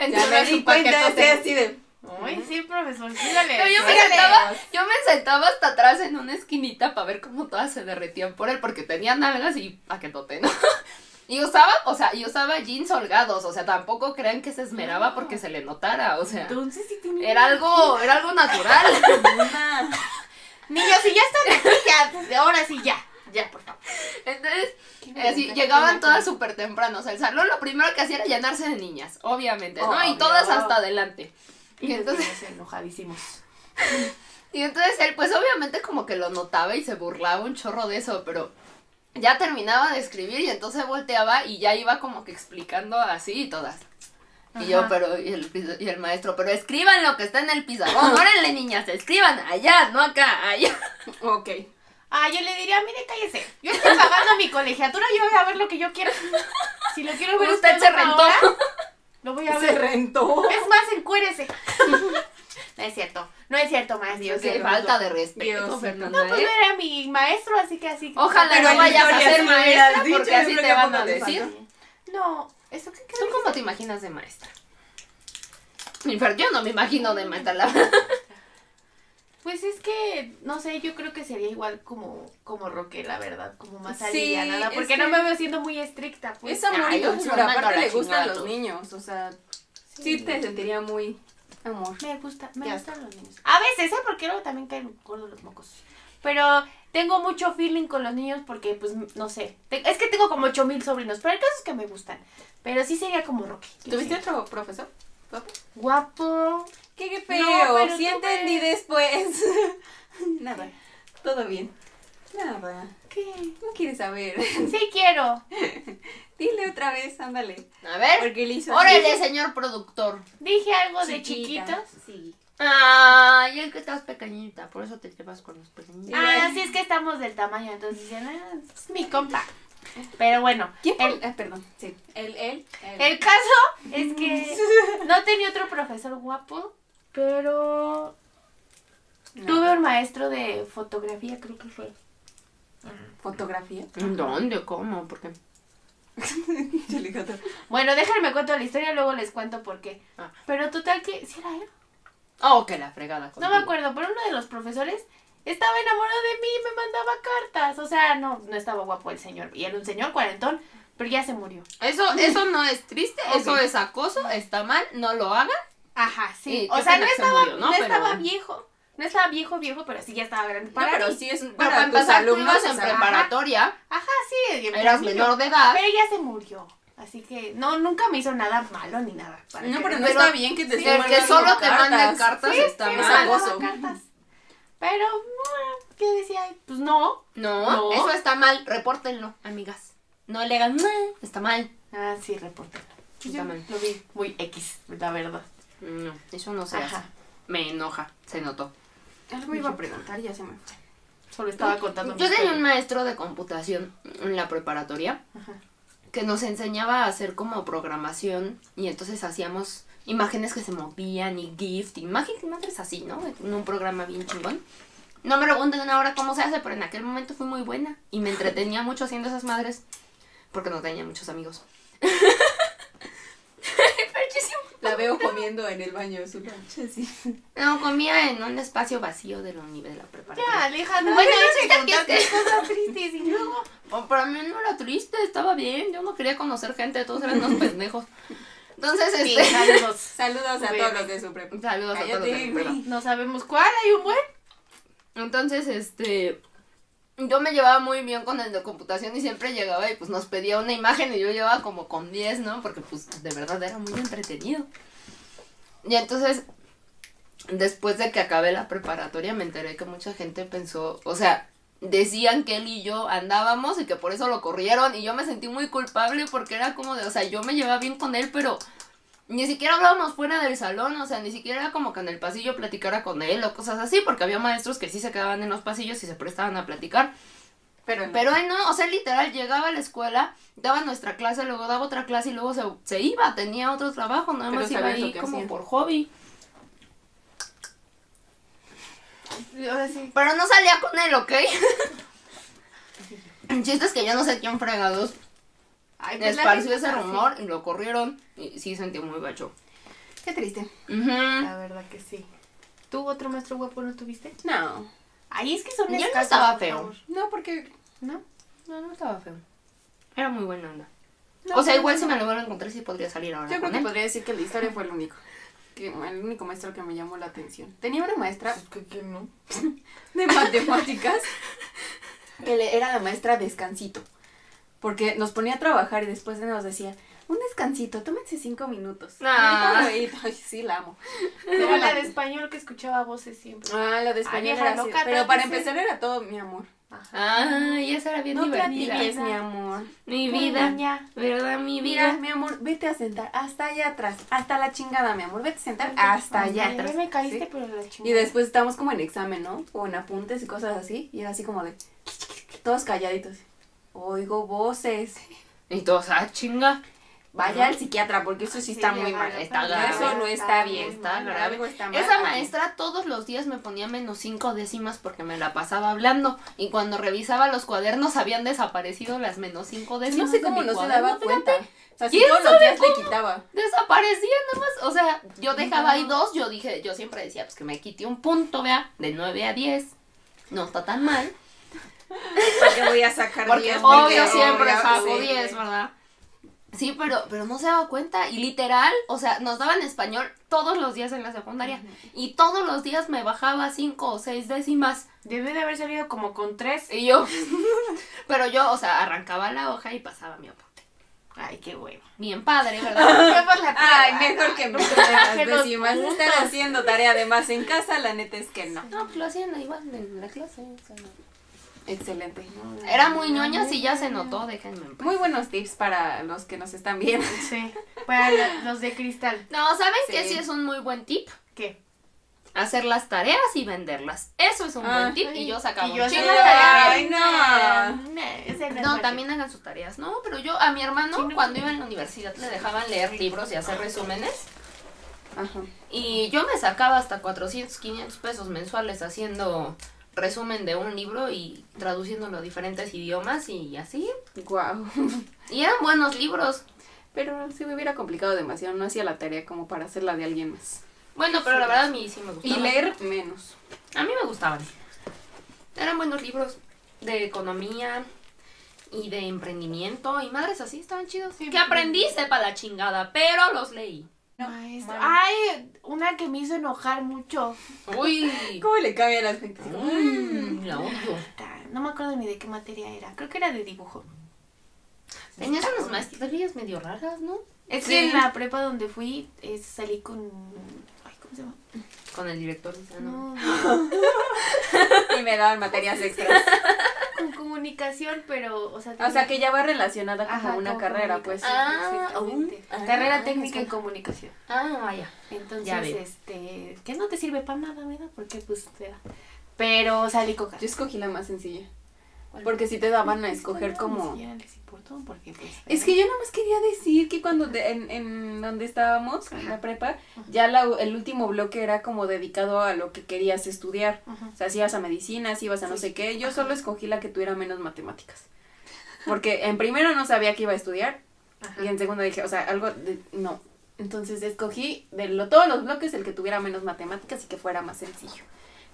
Entonces,
me di
su
cuenta,
paquetote.
estoy así de.
Ay, sí, profesor, sígale.
Pero yo me,
Órale.
sentaba, yo me sentaba hasta atrás en una esquinita para ver cómo todas se derretían por él porque tenía nalgas y paquetote, ¿no? Y usaba, o sea, y usaba jeans holgados, o sea, tampoco crean que se esmeraba porque se le notara, o sea,
Entonces sí tenía.
era algo, era algo natural.
"Mamá".
Niños, si ya están aquí, ya. Ahora sí, ya. Ya, por favor.
Entonces,
Qué
así,
vergüenza,
llegaban
qué
todas súper temprano. O sea, el salón lo primero que hacía era llenarse de niñas, obviamente, ¿no?
Obvio.
Y todas hasta adelante.
Y
Y entonces,
entonces enojadísimos.
y entonces él, pues obviamente como que lo notaba y se burlaba un chorro de eso, pero ya terminaba de escribir y entonces volteaba y ya iba como que explicando así y todas. Y yo,
Ajá.
pero, y el, pis- y el maestro, pero escriban lo que está en el pizarrón, órale niñas, escriban allá, no acá, allá.
Ok.
Ah, yo le diría, mire, cállese. Yo estoy pagando mi colegiatura, yo voy a ver lo que yo quiero. Si lo quiero ver
Usted se
una
rentó.
hora, lo voy a
Se
ver.
rentó.
Es más, encuérese. no es cierto. No es cierto, más Dios.
Qué
mío.
falta de respeto,
Diosito.
Fernanda.
No, pues
¿eh?
no era mi maestro, así que así.
Ojalá
Pero
no
en
vayas a
historia sí
ser
lo hubieras
maestra
dicho,
porque
yo
así
creo
te
que
van
poco
a
te
decir.
faltó.
No, ¿eso qué
¿Tú
crees?
cómo te imaginas de maestra? Infer- Yo no me imagino de maestra, la verdad.
Pues es que, no sé, yo creo que sería igual como, como Roque, la verdad, como más
Sí,
alivianada,
es
porque
que-
no me veo siendo muy estricta, pues.
Es amor
ay,
y
yo
dulzura,
mando a
aparte
la
le gustan
chingada a
los
todos.
niños, o sea, sí, te sentiría muy amor.
Me gusta, me
Ya
gustan los niños. A veces, ¿eh? Porque luego también caen gordos los mocos. Pero tengo mucho feeling con los niños porque, pues, no sé. Te- es que tengo como ocho mil sobrinos, pero el caso es que me gustan. Pero sí sería como Rocky. yo
¿Tuviste
sé.
otro profesor?
Guapo.
Qué, qué feo,
No, pero
sí
tú
entendí
ves.
después. Nada, todo bien. Nada,
¿Qué?
no quieres saber.
Sí quiero.
Dile otra vez, ándale.
A ver.
Porque le hizo
Órale, señor productor.
Dije algo de
Chiquita.
chiquitos.
Sí.
Ay, es que estás pequeñita, por eso te llevas con los pequeñitos.
Ah, sí, es que estamos del tamaño, entonces dicen, ah, es mi compa. Pero bueno,
¿Quién fue?
El-
Ah, perdón, sí. El, él,
el caso es que no tenía otro profesor guapo, pero tuve un maestro de fotografía, creo que fue.
¿Fotografía?
¿Dónde? ¿Cómo? ¿Por qué?
Chilicoto.
Bueno, déjenme cuento la historia, luego les cuento por qué.
Ah.
Pero total que, ¿sí era él?
Oh, que la fregada.
No
contigo.
me acuerdo, pero uno de los profesores estaba enamorado de mí y me mandaba cartas. O sea, no, no estaba guapo el señor. Y era un señor cuarentón, pero ya se murió.
Eso, eso no es triste, eso
Ok.
es acoso, está mal, no lo hagan.
Ajá,
sí.
o sea,
qué
no
pena que se
estaba,
murió, ¿no?
no
Pero
estaba
bueno.
viejo. No estaba viejo, viejo, pero sí ya estaba grande. Para
no, pero
mí.
sí es para,
Pero para
tus
empezar, tú
alumnos.
ibas en
o sea,
preparatoria,
Ajá, sí. y-
eras
niño.
menor de edad.
Pero ya se murió. Así que no, nunca me hizo nada malo ni nada. para
No,
que-
pero no está bien que te
Sí,
estén
el que
mandando
solo te manda cartas
Sí,
está
sí, me
mal.
mandaba
acoso.
cartas. Pero, mm, ¿qué decía? Pues no.
No,
No.
eso está mal, repórtenlo, amigas. No le hagan, "Mua", está mal.
Ah, sí, reportero.
Está mal.
Lo vi muy X, la verdad.
No, eso no se
Ajá.
hace. Me enoja, se notó.
Algo iba a preguntar, ya se me fue.
Solo estaba contando.
Yo
mi
tenía
historia.
un maestro de computación en la preparatoria
Ajá.
que nos enseñaba a hacer como programación y entonces hacíamos imágenes que se movían y GIF, imágenes madres así, ¿no? En un programa bien chingón. No me pregunten ahora cómo se hace, pero en aquel momento fui muy buena y me entretenía mucho haciendo esas madres porque no tenía muchos amigos. Muchísimo.
La veo comiendo en el baño de su lunch, así.
No, comía en un espacio vacío de la, uni- de la
Ya,
preparatoria.
Alejandra.
Bueno,
dejas
el
de
chiste
contar
que es
tus cosas tristes y luego.
Bueno, para mí no era triste, estaba bien. Yo no quería conocer gente, todos eran unos pendejos. Entonces,
Sí,
este...
saludos.
Saludos a
Muy
todos
bien.
los de su prepa.
Saludos a todos.
Cállate,
de mi prepa.
güey.
No sabemos cuál, hay un buen.
Entonces, este. Yo me llevaba muy bien con el de computación y siempre llegaba y pues nos pedía una imagen y yo llevaba como con 10, ¿no? Porque pues de verdad era muy entretenido. Y entonces, después de que acabé la preparatoria, me enteré que mucha gente pensó, o sea, decían que él y yo andábamos y que por eso lo corrieron y yo me sentí muy culpable porque era como de, o sea, yo me llevaba bien con él, pero ni siquiera hablábamos fuera del salón, o sea, ni siquiera era como que en el pasillo platicara con él o cosas así, porque había maestros que sí se quedaban en los pasillos y se prestaban a platicar,
Pero, no.
pero él no, o sea, él literal llegaba a la escuela, daba nuestra clase, luego daba otra clase y luego se, se iba, tenía otro trabajo, nada
Pero
más iba
sabías lo
ahí
que
como
hacía.
por hobby.
Ahora sí.
Pero no salía con él, ¿ok? El chiste es que yo no sé quién fregados
Ay, pues la
esparció ese
neta, sí.
rumor y lo corrieron y sí sentí muy gacho.
Qué triste.
Ujú.
La verdad que sí. ¿Tú otro maestro guapo no tuviste?
No.
Ay, es que son
Yo no
escasos.
estaba
por
feo.
favor. Ah.
No, porque.
¿No?
No, no estaba feo. Era muy buena onda.
no,
o sea,
no,
igual
no.
si me lo vuelvo a encontrar sí podría salir ahora
Yo creo
con
que
él.
podría decir que la historia fue el único. Que, el único maestro que me llamó la atención. Tenía una maestra
que, no.
de matemáticas que le- era la maestra descansito. Porque nos ponía a trabajar y después nos decía, un descansito, tómense cinco minutos. Y ahorita
Ah.
lo edito. Ay, sí, la amo.
Era la de español que escuchaba voces siempre.
Ah, la de
español
español
era así.
Pero para empezar era todo mi amor.
Ah, y esa era bien
No
divertida.
platiques.
mi amor.
Mi
Mi
vida,
niña.
¿verdad? Mi
Mira,
vida.
mi amor, vete a sentar hasta allá atrás, hasta la chingada, mi amor, vete a sentar hasta allá
Ay,
atrás.
Ya me caíste,
¿sí?
pero la chingada.
Y después estábamos como en examen, ¿no? O en apuntes y cosas así, y era así como de, todos calladitos. Oigo voces.
Y todos, ah, chinga.
Vaya al psiquiatra, porque eso sí está
Sí,
muy
ya,
mal.
ya,
está
ya,
grave.
Eso no está
muy
bien.
está
mal.
grave.
Algo pues, está mal.
Esa maestra todos los días me ponía menos cinco décimas porque me la pasaba hablando y cuando revisaba los cuadernos habían desaparecido las menos cinco
Pues No
décimas.
sé
de
cómo
mi
no se
cuaderno,
daba
fíjate.
cuenta. O sea, si
¿Quién
todos los días le quitaba.
Desaparecían nomás, o sea, yo dejaba ahí dos, yo dije, yo siempre decía, pues que me quite un punto, vea, de 9 a 10. No está tan mal.
Porque voy a sacar
Porque
10,
obvio
porque
siempre
obvio,
saco
sí.
10, ¿verdad? Sí, pero, pero no se daba cuenta. Y literal, o sea, nos daban español todos los días en la secundaria. Y todos los días me bajaba 5 o 6 décimas.
Debe de haber salido como con tres.
eh,
Y yo. pero yo, o sea, arrancaba la hoja y pasaba mi aporte.
Ay, qué bueno.
Bien padre, ¿verdad?
Fue por la prueba.
Ay, mejor que no te las
Que los
décimas. Estar haciendo tarea además en casa, la neta es que no.
No, pues lo hacían igual en la clase. o sea, no.
Excelente.
Era muy ñoña, sí ya se notó, déjenme. en paz.
Muy buenos tips para los que nos están viendo.
Sí, para lo- los de cristal.
No, ¿saben qué
Sí.
sí es un muy buen tip?
¿Qué?
Hacer las tareas y venderlas. Eso es un
Ah.
buen tip. Y yo sacaba
Y
un
yo
chingo
hacía-
de tareas.
Ay, no.
Ese es
No,
el
también hagan sus tareas. No, pero yo a mi hermano
Sí, no.
cuando iba en la universidad le dejaban leer libros y hacer resúmenes.
Ajá.
Y yo me sacaba hasta 400, 500 pesos mensuales haciendo resumen de un libro y traduciéndolo a diferentes idiomas y así.
Guau.
Y eran buenos libros.
Pero si me hubiera complicado demasiado, no hacía la tarea como para hacerla de alguien más.
Bueno, pero la verdad a mí sí me
Y
gustaban.
leer menos.
A mí me gustaban. Eran buenos libros de economía y de emprendimiento y madres así, estaban chidos.
Sí,
que aprendí sepa la chingada, pero los leí.
maestro. Ay, una que me hizo enojar mucho.
Uy.
¿Cómo le cambia el aspecto?
Mm, la odio.
Ta- No me acuerdo ni de qué materia era. Creo que era de dibujo.
Tenías unas maestrías medio raras, ¿no?
Es
Sí.
que en la prepa donde fui eh, salí con. Ay, ¿cómo se llama?
Con el director. dice, Ah, No.
No,
Y me daban materias extras.
con comunicación, pero. O sea,
O sea
tenía-
que ya va relacionada como
Ajá,
una
con
carrera, pues.
comunicación,
Ah,
exactamente.
aún.
Carrera
Ah,
técnica
es
en comunicación.
Ah, vaya.
Entonces,
Ya veo.
este, que no te sirve para nada, ¿verdad? Porque pues te da. Pero salí con
Yo escogí la más sencilla. Porque si te daban a escoger como...
Ya les importó porque pues.
Es que yo nada más quería decir que cuando de- en, en donde estábamos, en la prepa, ya la, el último bloque era como dedicado a lo que querías estudiar.
Ajá.
O sea, si ibas a medicina, si ibas a no sé qué. Yo solo escogí la que tuviera menos matemáticas. Porque en primero no sabía que iba a estudiar.
Ajá.
Y en segundo dije, o sea, algo de... No. Entonces escogí de lo, todos los bloques el que tuviera menos matemáticas y que fuera más sencillo.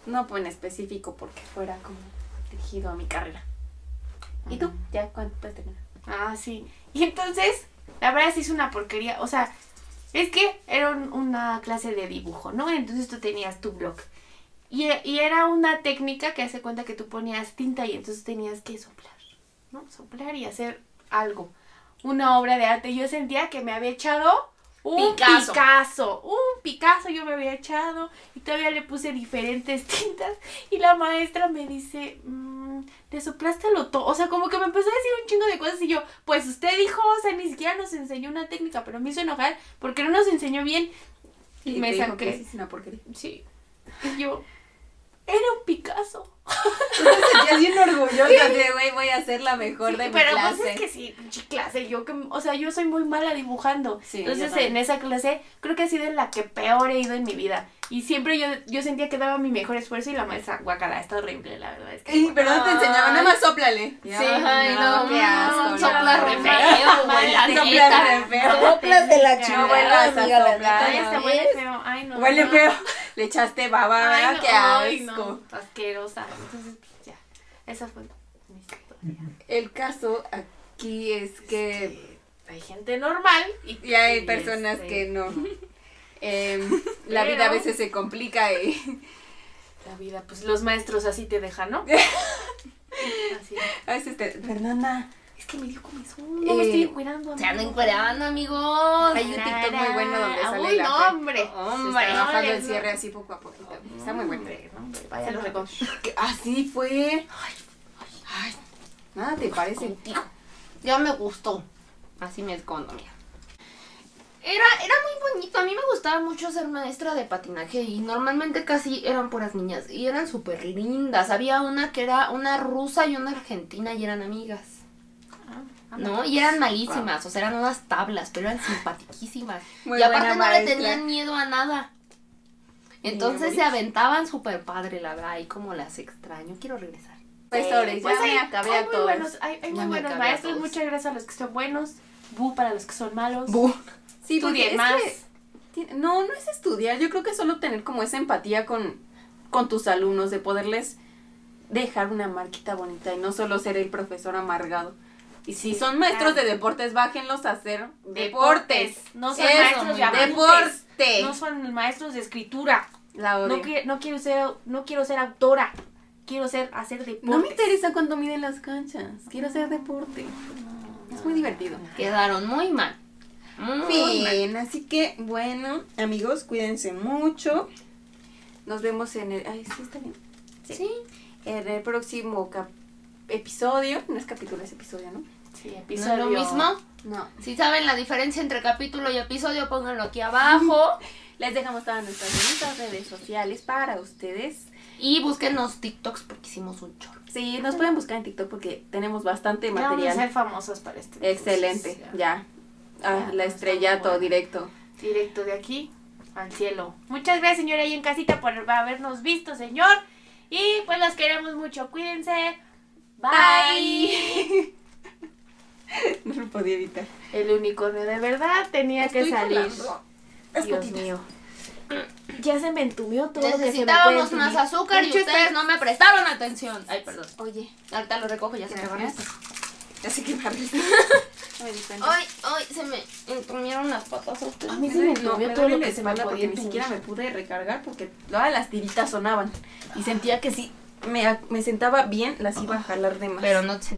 No pues, en específico porque fuera como dirigido a mi carrera. ¿Y tú? ¿Ya cuánto has terminado?
Ah, sí. Y entonces, la verdad sí es una porquería. O sea, es que era un- una clase de dibujo, ¿no? Entonces tú tenías tu blog. Y, e- y era una técnica que hace cuenta que tú ponías tinta y entonces tenías que soplar, ¿no? Soplar y hacer algo. Una obra de arte. Yo sentía que me había echado un
Picasso.
Picasso. Un Picasso yo me había echado. Y todavía le puse diferentes tintas. Y la maestra me dice, "Mm, le soplaste lo todo. O sea, como que me empezó a decir un chingo de cosas y yo, pues usted dijo, o sea, ni siquiera nos enseñó una técnica, pero me hizo enojar porque no nos enseñó bien. Y, me
te dijo que
saqué.
es una porquería.
Sí. Y yo, era un Picasso.
Sentías bien orgullosa de, güey, voy a ser la mejor
Sí,
de mi
pero
clase.
pues es que sí, pinche clase. Yo que, o sea, yo soy muy mala dibujando.
Sí, yo
Entonces en
también.
esa clase creo que ha sido en la que peor he ido en mi vida. Y siempre yo, yo sentía que daba mi mejor esfuerzo y la maestra, guacala, está horrible, la verdad es que.
Ey, pero no te enseñaba, nada más soplale.
Sí, ay, no,
qué asco, no.
soplas re feo, güey, la
Soplas
neta.
re feo.
Soplas de la
No vuelvas a soplar.
Ay, hasta huele feo. Ay, no.
Huele
no.
feo. Le echaste baba,
Ay,
¿verdad?
no,
qué
ay,
asco.
no, asquerosa. Entonces, pues, ya. Esa fue mi historia.
El caso aquí es que
Hay gente normal y,
y hay
y,
personas
este,
que no. Em, la vida a
Pero-
veces se complica y
La vida, pues los maestros así te dejan, ¿no? así.
a veces te... Fernanda,
Es que me dio comezón. No me
Eh,
estoy encuerando.
Se
amigo.
andan encuerando, amigos.
hay un TikTok muy bueno donde
Ah,
sale
Uy,
la
no,
Fer.
hombre.
se está bajando el
no.
cierre así poco a poquito. Está muy bueno.
Hombre, no, hombre, vaya,
Se
lo
lo
recomiendo.
Que Así fue. Ay, nada te parece.
Contigo. Ya me gustó. Así mi economía. Era, era muy bonito. A mí me gustaba mucho ser maestra de patinaje y normalmente casi eran puras niñas y eran súper lindas. Había una que era una rusa y una argentina y eran amigas.
Ah,
Ah,
¿no? Y eran malísimas, o sea, eran unas tablas, pero eran simpaticísimas.
Muy
y aparte
buena
no le
maestra.
tenían miedo a nada. Entonces se aventaban súper padre, la verdad, y como las extraño, quiero regresar.
Profesores,
Pues
ya
hay,
me acabé
hay
a
muy
todos.
buenos, hay, hay
Ya
muy
me
buenos
acabé a
maestros.
todos.
Muchas gracias a los que son buenos. Bu para los que son malos.
Sí, porque
Estudien
es
más.
que tiene- no, no es estudiar, yo creo que es solo tener como esa empatía con, con tus alumnos, de poderles dejar una marquita bonita y no solo ser el profesor amargado. Y si son maestros de deportes, bájenlos a hacer deportes.
No son
Eso,
maestros de apuntes.
deporte.
No son maestros de escritura.
La odio.
No, que- no quiero ser, no quiero ser autora. Quiero ser hacer deportes.
No me interesa cuánto miden las canchas. Quiero hacer deporte. Es
Ah.
muy divertido.
Quedaron muy mal. Muy mal.
Bien, así que bueno, amigos, cuídense mucho. Nos vemos en el. Ay, sí, está bien. Sí.
Sí.
En el próximo cap- episodio. No es capítulo, es episodio, ¿no?
Sí,
¿No es
episodio.
lo mismo?
No.
Si saben la diferencia entre capítulo y episodio, pónganlo aquí abajo.
Les dejamos todas nuestras bonitas redes sociales para ustedes.
Y búsquenos TikToks porque hicimos un chorro.
Sí, nos pueden buscar en TikTok porque tenemos bastante
Ya vamos a
material.
ser famosos para este.
Excelente,
entonces,
ya. Ah,
Ya,
la
está muy
estrellato
buena.
directo.
Directo de aquí al cielo. Muchas gracias, señora, ahí en casita por habernos visto, señor. Y pues los queremos mucho. Cuídense. Bye.
No lo podía evitar.
El unicornio de verdad tenía que salir. Dios
poquito.
mío. Ya se me entumió todo lo que se me puede
Necesitábamos más
entumir.
azúcar y
Mucho
ustedes no me prestaron atención. Ay, perdón.
Oye,
Ahorita lo recojo, ya se me van a
ya sé que barres. No me di cuenta.
Ay, ay, se me entumieron las patas a ustedes.
A mí se me
No, me
entumió todo
duele
lo
la
que se me podía
espalda porque ni
entumir.
siquiera me pude recargar porque todas las tiritas sonaban y sentía que si me, me sentaba bien las iba a jalar de más.
Pero no se